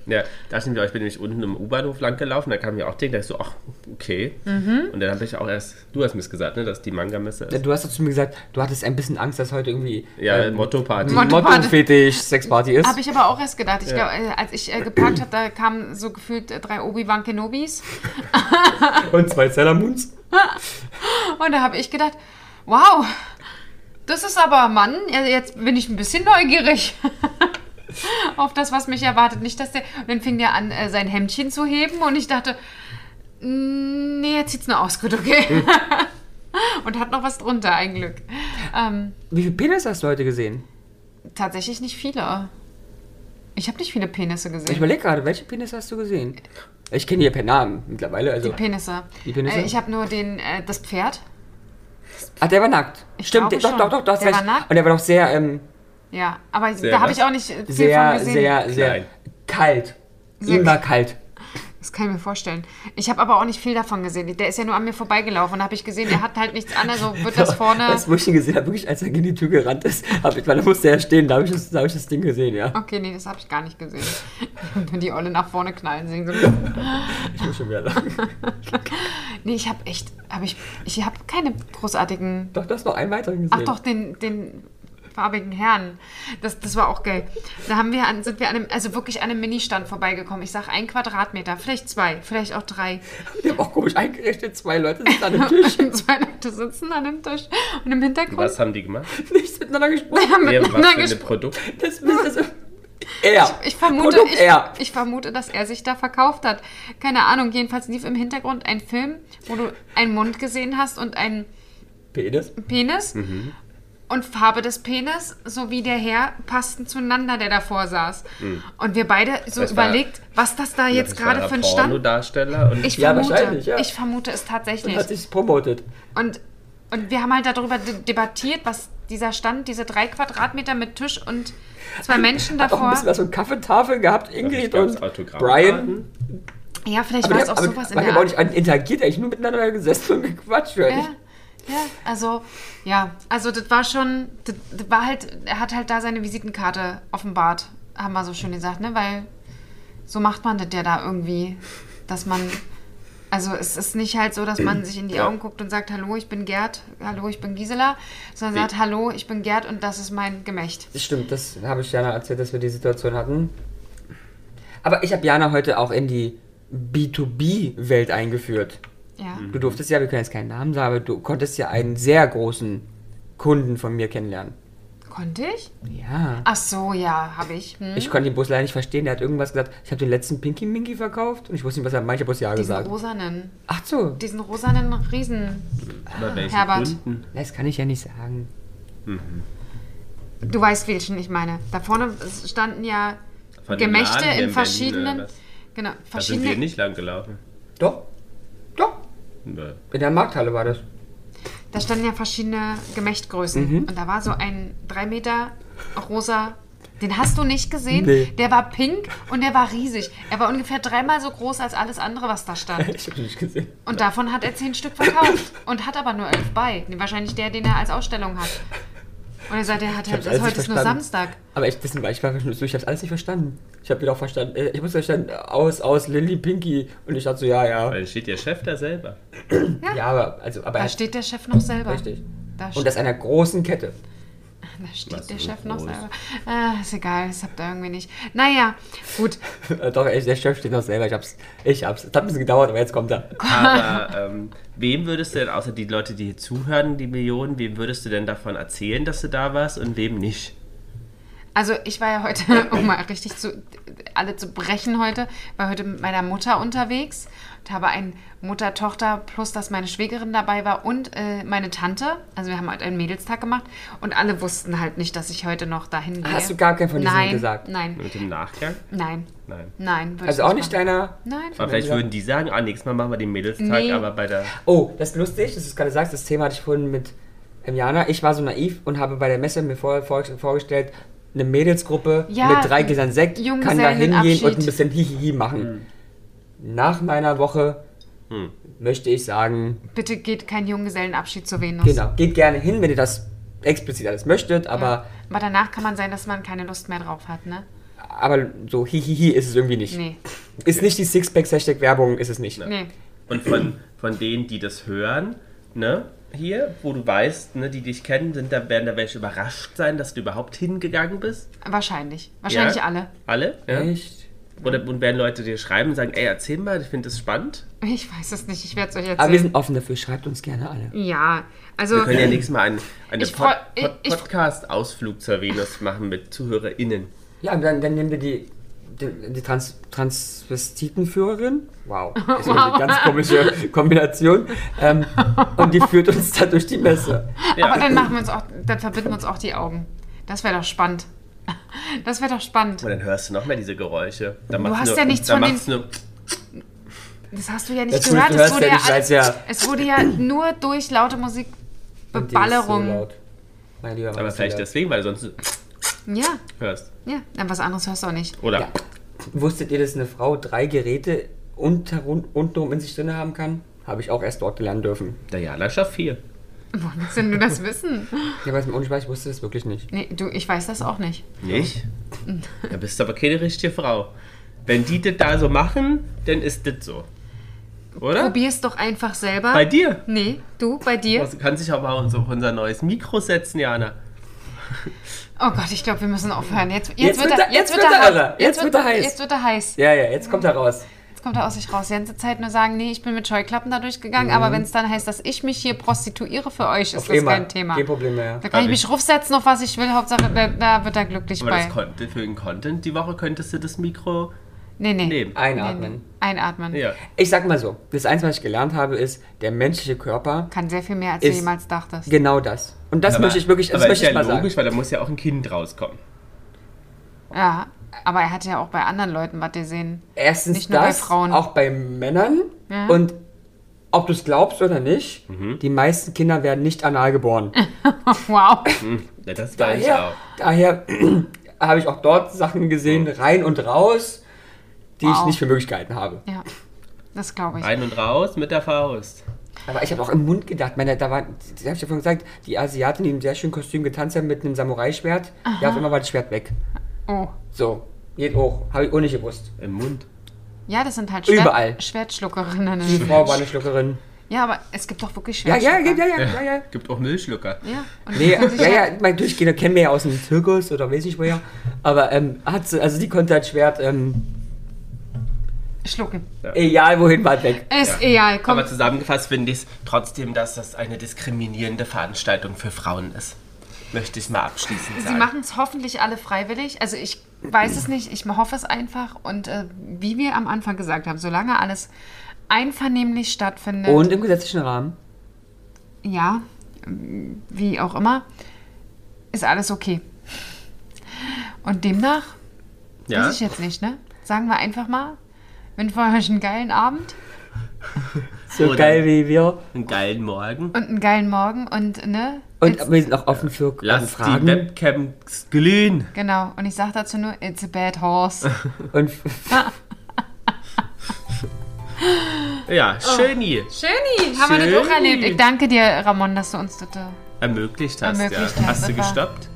Ja, da sind wir, ich bin nämlich unten im U-Bahnhof lang gelaufen, da kam mir auch Ding, da ich so, ach, okay.
Mhm.
Und dann habe ich auch erst, du hast mir das gesagt, ne, dass die Manga-Messe ist.
äh, Du hast doch zu mir gesagt, du hattest ein bisschen Angst, dass heute irgendwie
Ja,
ähm,
Motto-Party.
Motto-
Motto-Fetisch, Sexparty ist.
Habe ich aber auch erst gedacht. Ich glaub, äh, als ich äh, geparkt habe, da kamen so gefühlt äh, drei Obi-Wan Kenobis.
Und zwei Zellermunds.
Und da habe ich gedacht, wow, das ist aber, Mann, ja, jetzt bin ich ein bisschen neugierig auf das, was mich erwartet. Nicht, dass der. Und dann fing der an, äh, sein Hemdchen zu heben und ich dachte, "Mm, nee, jetzt sieht's nur aus, gut, okay. und hat noch was drunter, ein Glück. Ähm,
Wie viele Penis hast du heute gesehen?
tatsächlich nicht viele. Ich habe nicht viele Penisse
Ich
gesehen.
überlege gerade, welche Penis hast du gesehen? Ich kenne die ja per Namen mittlerweile. Also.
Penisse.
Die Penisse?
Äh, ich habe nur den, äh, das Pferd.
Ach, Ah, der war nackt.
Ich
Stimmt,
glaube
doch,
schon.
doch, doch, du hast
Der
recht.
war nackt.
Und der war doch sehr, ähm,
Ja, aber
Sehr
da habe
was?
ich auch nicht viel von
sehr,
gesehen.
sehr, sehr
Klein.
kalt.
Sehr
Ihm war kalt.
Das kann ich mir vorstellen. Ich habe aber auch nicht viel davon gesehen. Der ist ja nur an mir vorbeigelaufen. Da habe ich gesehen, er hat halt nichts an, also wird das vorne.
Das, wo ich ihn gesehen habe, wirklich, als er gegen die Tür gerannt ist, hab ich, weil er musste ja stehen, da habe ich, das- da hab ich das Ding gesehen, ja.
Okay, nee, das habe ich gar nicht gesehen. Nur die Olle nach vorne knallen sehen. So.
Ich muss schon wieder lachen.
Nee, ich habe echt, hab ich, ich habe keine großartigen.
Doch, du hast noch einen weiteren gesehen.
Ach doch, den, den farbigen Herrn. Das, das war auch geil. Da haben wir an, sind wir an einem, also wirklich an einem Ministand vorbeigekommen. Ich sag ein Quadratmeter, vielleicht zwei, vielleicht auch drei.
Der war auch komisch eingerichtet, zwei Leute sitzen an dem Tisch,
Und zwei Leute sitzen an dem Tisch und im Hintergrund.
Was haben die gemacht?
nicht miteinander gesprochen.
haben
Wer, was
miteinander
für ein
gesprochen.
Produkt?
Das ist also, er.
Ich vermute,
Produkt
ich,
er.
ich vermute, dass er sich da verkauft hat. Keine Ahnung, jedenfalls lief im Hintergrund ein Film, wo du einen Mund gesehen hast und einen
Penis.
Penis.
Mhm.
Und Farbe des Penis sowie der Herr passten zueinander, der davor saß.
Mhm.
Und wir beide so
Das war-
überlegt, was das da jetzt
Das war
gerade für
ein
ein Stand.
Pornodarsteller und
Ich
Ja,
vermute,
wahrscheinlich, ja.
ich vermute es tatsächlich.
Und hat sich promotet.
Und, und wir haben halt darüber de debattiert, was dieser Stand, diese drei Quadratmeter mit Tisch und zwei Menschen
Hat auch ein
davor.
bisschen was von Kaffeetafel gehabt, Ingrid
gab's
und
Autogrammkarten.
Brian.
Ja, vielleicht
Aber
war
die
es auch
haben- aber-
sowas in
aber die
der Äh,
haben auch
Art.
nicht an- interagiert, eigentlich nur miteinander gesessen und gequatscht. oder
Ja,
nicht?
ja, also, ja, also das war schon, das, das war halt, er hat halt da seine Visitenkarte offenbart, haben wir so schön gesagt, ne, weil so macht man das ja da irgendwie, dass man, also es ist nicht halt so, dass man sich in die
Ja.
Augen guckt und sagt, hallo, ich bin Gerd, hallo, ich bin Gisela, sondern sagt, hallo, ich bin Gerd und das ist mein Gemächt.
Das stimmt, das habe ich Jana erzählt, dass wir die Situation hatten. Aber ich habe Jana heute auch in die B2B-Welt eingeführt.
Ja,
Du durftest ja, wir können jetzt keinen Namen sagen, aber du konntest ja einen sehr großen Kunden von mir kennenlernen.
konnte ich?
Ja.
Ach so, ja, habe ich. Hm?
Ich konnte den Bus leider nicht verstehen. Der hat irgendwas gesagt. Ich habe den letzten Pinky Minky verkauft und ich wusste nicht, was er meint. Ich habe bloß Ja
diesen
gesagt.
rosanen,
Ach so.
diesen rosanen Riesen.
Oder welchen
Herbert.
Kunden?
Das kann ich ja nicht sagen.
Du weißt, welchen ich meine. Da vorne standen ja
Von dem Laden
Gemächte
hier
in
Berlin,
verschiedenen.
oder was?
genau,
Da sind wir
verschiedene.
nicht lang gelaufen.
Doch. Doch.
Nö.
In der Markthalle war das.
Da standen ja verschiedene Gemächtgrößen.
Mhm.
Und da war so ein 3 Meter rosa. Den hast du nicht gesehen?
Nee.
Der war pink und der war riesig. Er war ungefähr dreimal so groß als alles andere, was da stand.
Ich habe ihn nicht gesehen.
Und davon hat er zehn Stück verkauft. Und hat aber nur elf bei. Wahrscheinlich der, den er als Ausstellung hat. Und er sagt, er hat halt,
hab's alles
heute
nicht
ist nur
verstanden.
Samstag.
Aber ich, das, ich war schon so, ich habe alles nicht verstanden. Ich habe wieder auch verstanden. äh, Ich muss verstanden, aus, aus, Lilly, Pinky. Und ich dachte so, ja, ja.
Weil dann steht ihr Chef da selber.
Ja, aber, also, aber
Da steht der Chef noch selber.
richtig.
Da
Und das einer großen Kette.
Da steht
Was
der
so
Chef noch
groß.
selber. Ah, ist egal, das habt ihr irgendwie nicht. Naja, gut.
Äh, Doch, ey, der Chef steht noch selber. Ich hab's. Ich hab's. Es hat ein bisschen gedauert, aber jetzt kommt er.
Aber ähm, wem würdest du denn, außer die Leute, die hier zuhören, die Millionen, wem würdest du denn davon erzählen, dass du da warst und wem nicht?
Also ich war ja heute, um mal richtig zu, alle zu brechen heute, war heute mit meiner Mutter unterwegs und habe ein Mutter-Tochter plus, dass meine Schwägerin dabei war und äh, meine Tante. Also wir haben heute einen Mädelstag gemacht und alle wussten halt nicht, dass ich heute noch dahin gehe.
Hast du gar keinen von diesen
nein,
gesagt?
Nein,
Mit dem Nachgang?
nein,
Hm. Nein.
nein. würde
Also
ich
auch nicht
machen.
deiner.
Nein.
Aber vielleicht würden die sagen, ah, nächstes Mal machen wir den Mädelstag,
Nee.
aber bei der.
Oh, das ist lustig, dass du es gerade sagst. Das Thema hatte ich vorhin mit ähm, Jana. Ich war so naiv und habe bei der Messe mir vorher vor, vorgestellt, eine Mädelsgruppe
Ja,
mit drei Gläsern Sekt kann da hingehen
Junggesellenabschied.
und ein bisschen Hihihi machen. Nach meiner Woche möchte ich sagen,
Bitte geht kein Junggesellenabschied zur Venus.
genau, geht gerne hin, wenn ihr das explizit alles möchtet, aber,
Aber danach kann man sein, dass man keine Lust mehr drauf hat, ne?
aber so Hihihi ist es irgendwie nicht.
Nee.
Ist nicht die Sixpacks-Hashtag-Werbung, ist es nicht.
Nee.
Und von, von denen, die das hören, ne, hier, wo du weißt, ne, die dich kennen, sind da, werden da welche überrascht sein, dass du überhaupt hingegangen bist.
Wahrscheinlich. Wahrscheinlich
ja?
alle.
Alle? Ja.
Echt?
Oder und werden Leute dir schreiben und sagen, ey, erzähl mal, ich finde das spannend.
Ich weiß es nicht, ich werde es euch
Aber wir
erzählen.
sind offen dafür, schreibt uns gerne alle.
Ja, also.
Wir können ja nächstes Mal einen, einen
Ich freu-
Pod, Pod,
ich- ich-
Podcast-Ausflug zur Venus machen mit ZuhörerInnen.
Ja, und dann, dann nehmen wir die, die, die Trans Transvestitenführerin. Wow, das ist eine ganz komische Kombination. Ähm, und die führt uns da durch die Messe.
Aber dann machen wir uns auch, dann verbinden wir uns auch die Augen. Das wäre doch spannend. Das wäre doch spannend.
Und dann hörst du noch mehr diese Geräusche. Dann
Du
macht's
hast
nur,
ja nichts
dann
von den-
macht's nur,
Das hast du ja nicht
Das
gehört.
hörst du ja nicht,
alles-
weil's ja-
es wurde ja nur durch laute Musik
Und die ist
Beballerung.
So laut. Mein lieber
Aber
Marcel.
vielleicht deswegen, weil du sonst
ja,
hörst.
ja. Dann was anderes hörst du auch nicht.
Oder?
Ja. Wusstet ihr, dass eine Frau drei Geräte unter, untenrum in sich drin haben kann? Habe ich auch erst dort lernen dürfen.
Der Jana schafft vier.
Woher willst denn du das wissen?
Ja, weiß mir ohne Spaß, ich wusste das wirklich nicht.
Nee, du, ich weiß das auch nicht.
Nicht? Da bist du aber keine richtige Frau. Wenn die das da so machen, dann ist das so. Oder?
Probier's doch einfach selber.
Bei dir.
Nee, du, bei dir.
Du kannst dich auch mal auf unser neues Mikro setzen, Jana.
Oh Gott, ich glaube, wir müssen aufhören. Jetzt, jetzt,
Jetzt
wird,
wird
er,
er- jetzt wird er irre.
heiß.
Jetzt wird er heiß.
Jetzt wird er heiß.
Ja, ja, jetzt kommt er raus.
Jetzt kommt er aus sich raus. Die ganze Zeit nur sagen, nee, ich bin mit Scheuklappen da durchgegangen, aber wenn es dann heißt, dass ich mich hier prostituiere für euch, ist
Mhm. Auf
das
einmal.
kein Thema.
Kein Problem mehr.
Da kann ich
Aber
mich rufsetzen, auf was ich will. Hauptsache, da, da wird er glücklich
Aber
bei.
das Content, für den Content die Woche könntest du das Mikro
Nee, nee.
nehmen.
Ah, Einatmen.
Einatmen.
Ja.
Ich sag mal so, das eins, was ich gelernt habe, ist, der menschliche Körper,
Kann sehr viel mehr, als du
Ist-
jemals dachtest.
genau das. Und das
Aber-
möchte ich wirklich, das
aber
möchte
ist
ich mal
ja logisch,
sagen.
weil da muss ja auch ein Kind rauskommen.
Ja, aber er hat ja auch bei anderen Leuten was gesehen.
Erstens
Nicht nur bei
das,
Frauen.
auch bei Männern.
Ja.
Und ob du es glaubst oder nicht,
Mhm.
die meisten Kinder werden nicht anal geboren.
Wow.
Ja, Hm, das weiß ich
daher
auch.
daher habe ich auch dort Sachen gesehen, rein und raus, die ich
Wow.
nicht für möglich gehalten habe.
ja, das glaube ich.
Rein und raus mit der Faust.
Aber ich habe auch im Mund gedacht, meine, da war, das habe ich ja vorhin gesagt, die Asiatin, die im sehr schönen Kostüm getanzt hat mit einem Samurai-Schwert, ja, auf einmal war das Schwert weg.
Oh.
So, geht hoch, habe ich auch nicht gewusst.
Im Mund.
Ja, das sind halt Schwert
Überall. Die
Schwertschluckerinnen.
Frau war eine Schluckerin.
Ja, aber es gibt doch wirklich
Ja, ja,
Schwertschlucker.
ja, ja, ja, ja. ja.
Gibt auch Milchschlucker.
Ja, und
Nee,
die fühlen sich
ja,
halt-
ja, mein Durchgehender kennen wir ja aus dem Zirkus oder weiß ich woher. Aber ähm, hat sie, also die konnte das Schwert, ähm,
Schlucken.
egal wohin, war es weg.
Ist egal, komm.
Aber zusammengefasst finde ich trotzdem, dass das eine diskriminierende Veranstaltung für Frauen ist. Möchte ich mal abschließend
Sie
sagen.
machen es hoffentlich alle freiwillig. Also ich weiß es nicht, ich hoffe es einfach. Und äh, wie wir am Anfang gesagt haben, solange alles einvernehmlich stattfindet,
Und im gesetzlichen Rahmen.
ja, ähm, wie auch immer, ist alles okay. Und demnach,
ja?
weiß ich jetzt nicht, ne? Sagen wir einfach mal, wünsche euch einen geilen Abend
So
Oder-
geil wie wir.
Einen geilen Morgen.
und einen geilen Morgen und, ne?
Und
it's,
wir sind auch offen für ähm,
Lass die
Fragen
Webcams glühen.
genau, und ich sage dazu nur, it's a bad horse.
und
Ja,
Oh.
schön hier.
Schöni, haben wir
Schöni.
das auch erlebt. Ich danke dir, Ramon, dass du uns das... äh,
Ermöglicht hast,
Ermöglicht
ja.
hast,
Hast du
das war-
gestoppt,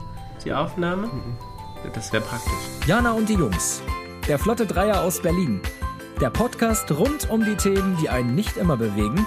die Aufnahme?
Mhm.
Ja, Das wäre praktisch.
Jana und die Jungs. Der Flotte Dreier aus Berlin. Der Podcast rund um die Themen, die einen nicht immer bewegen,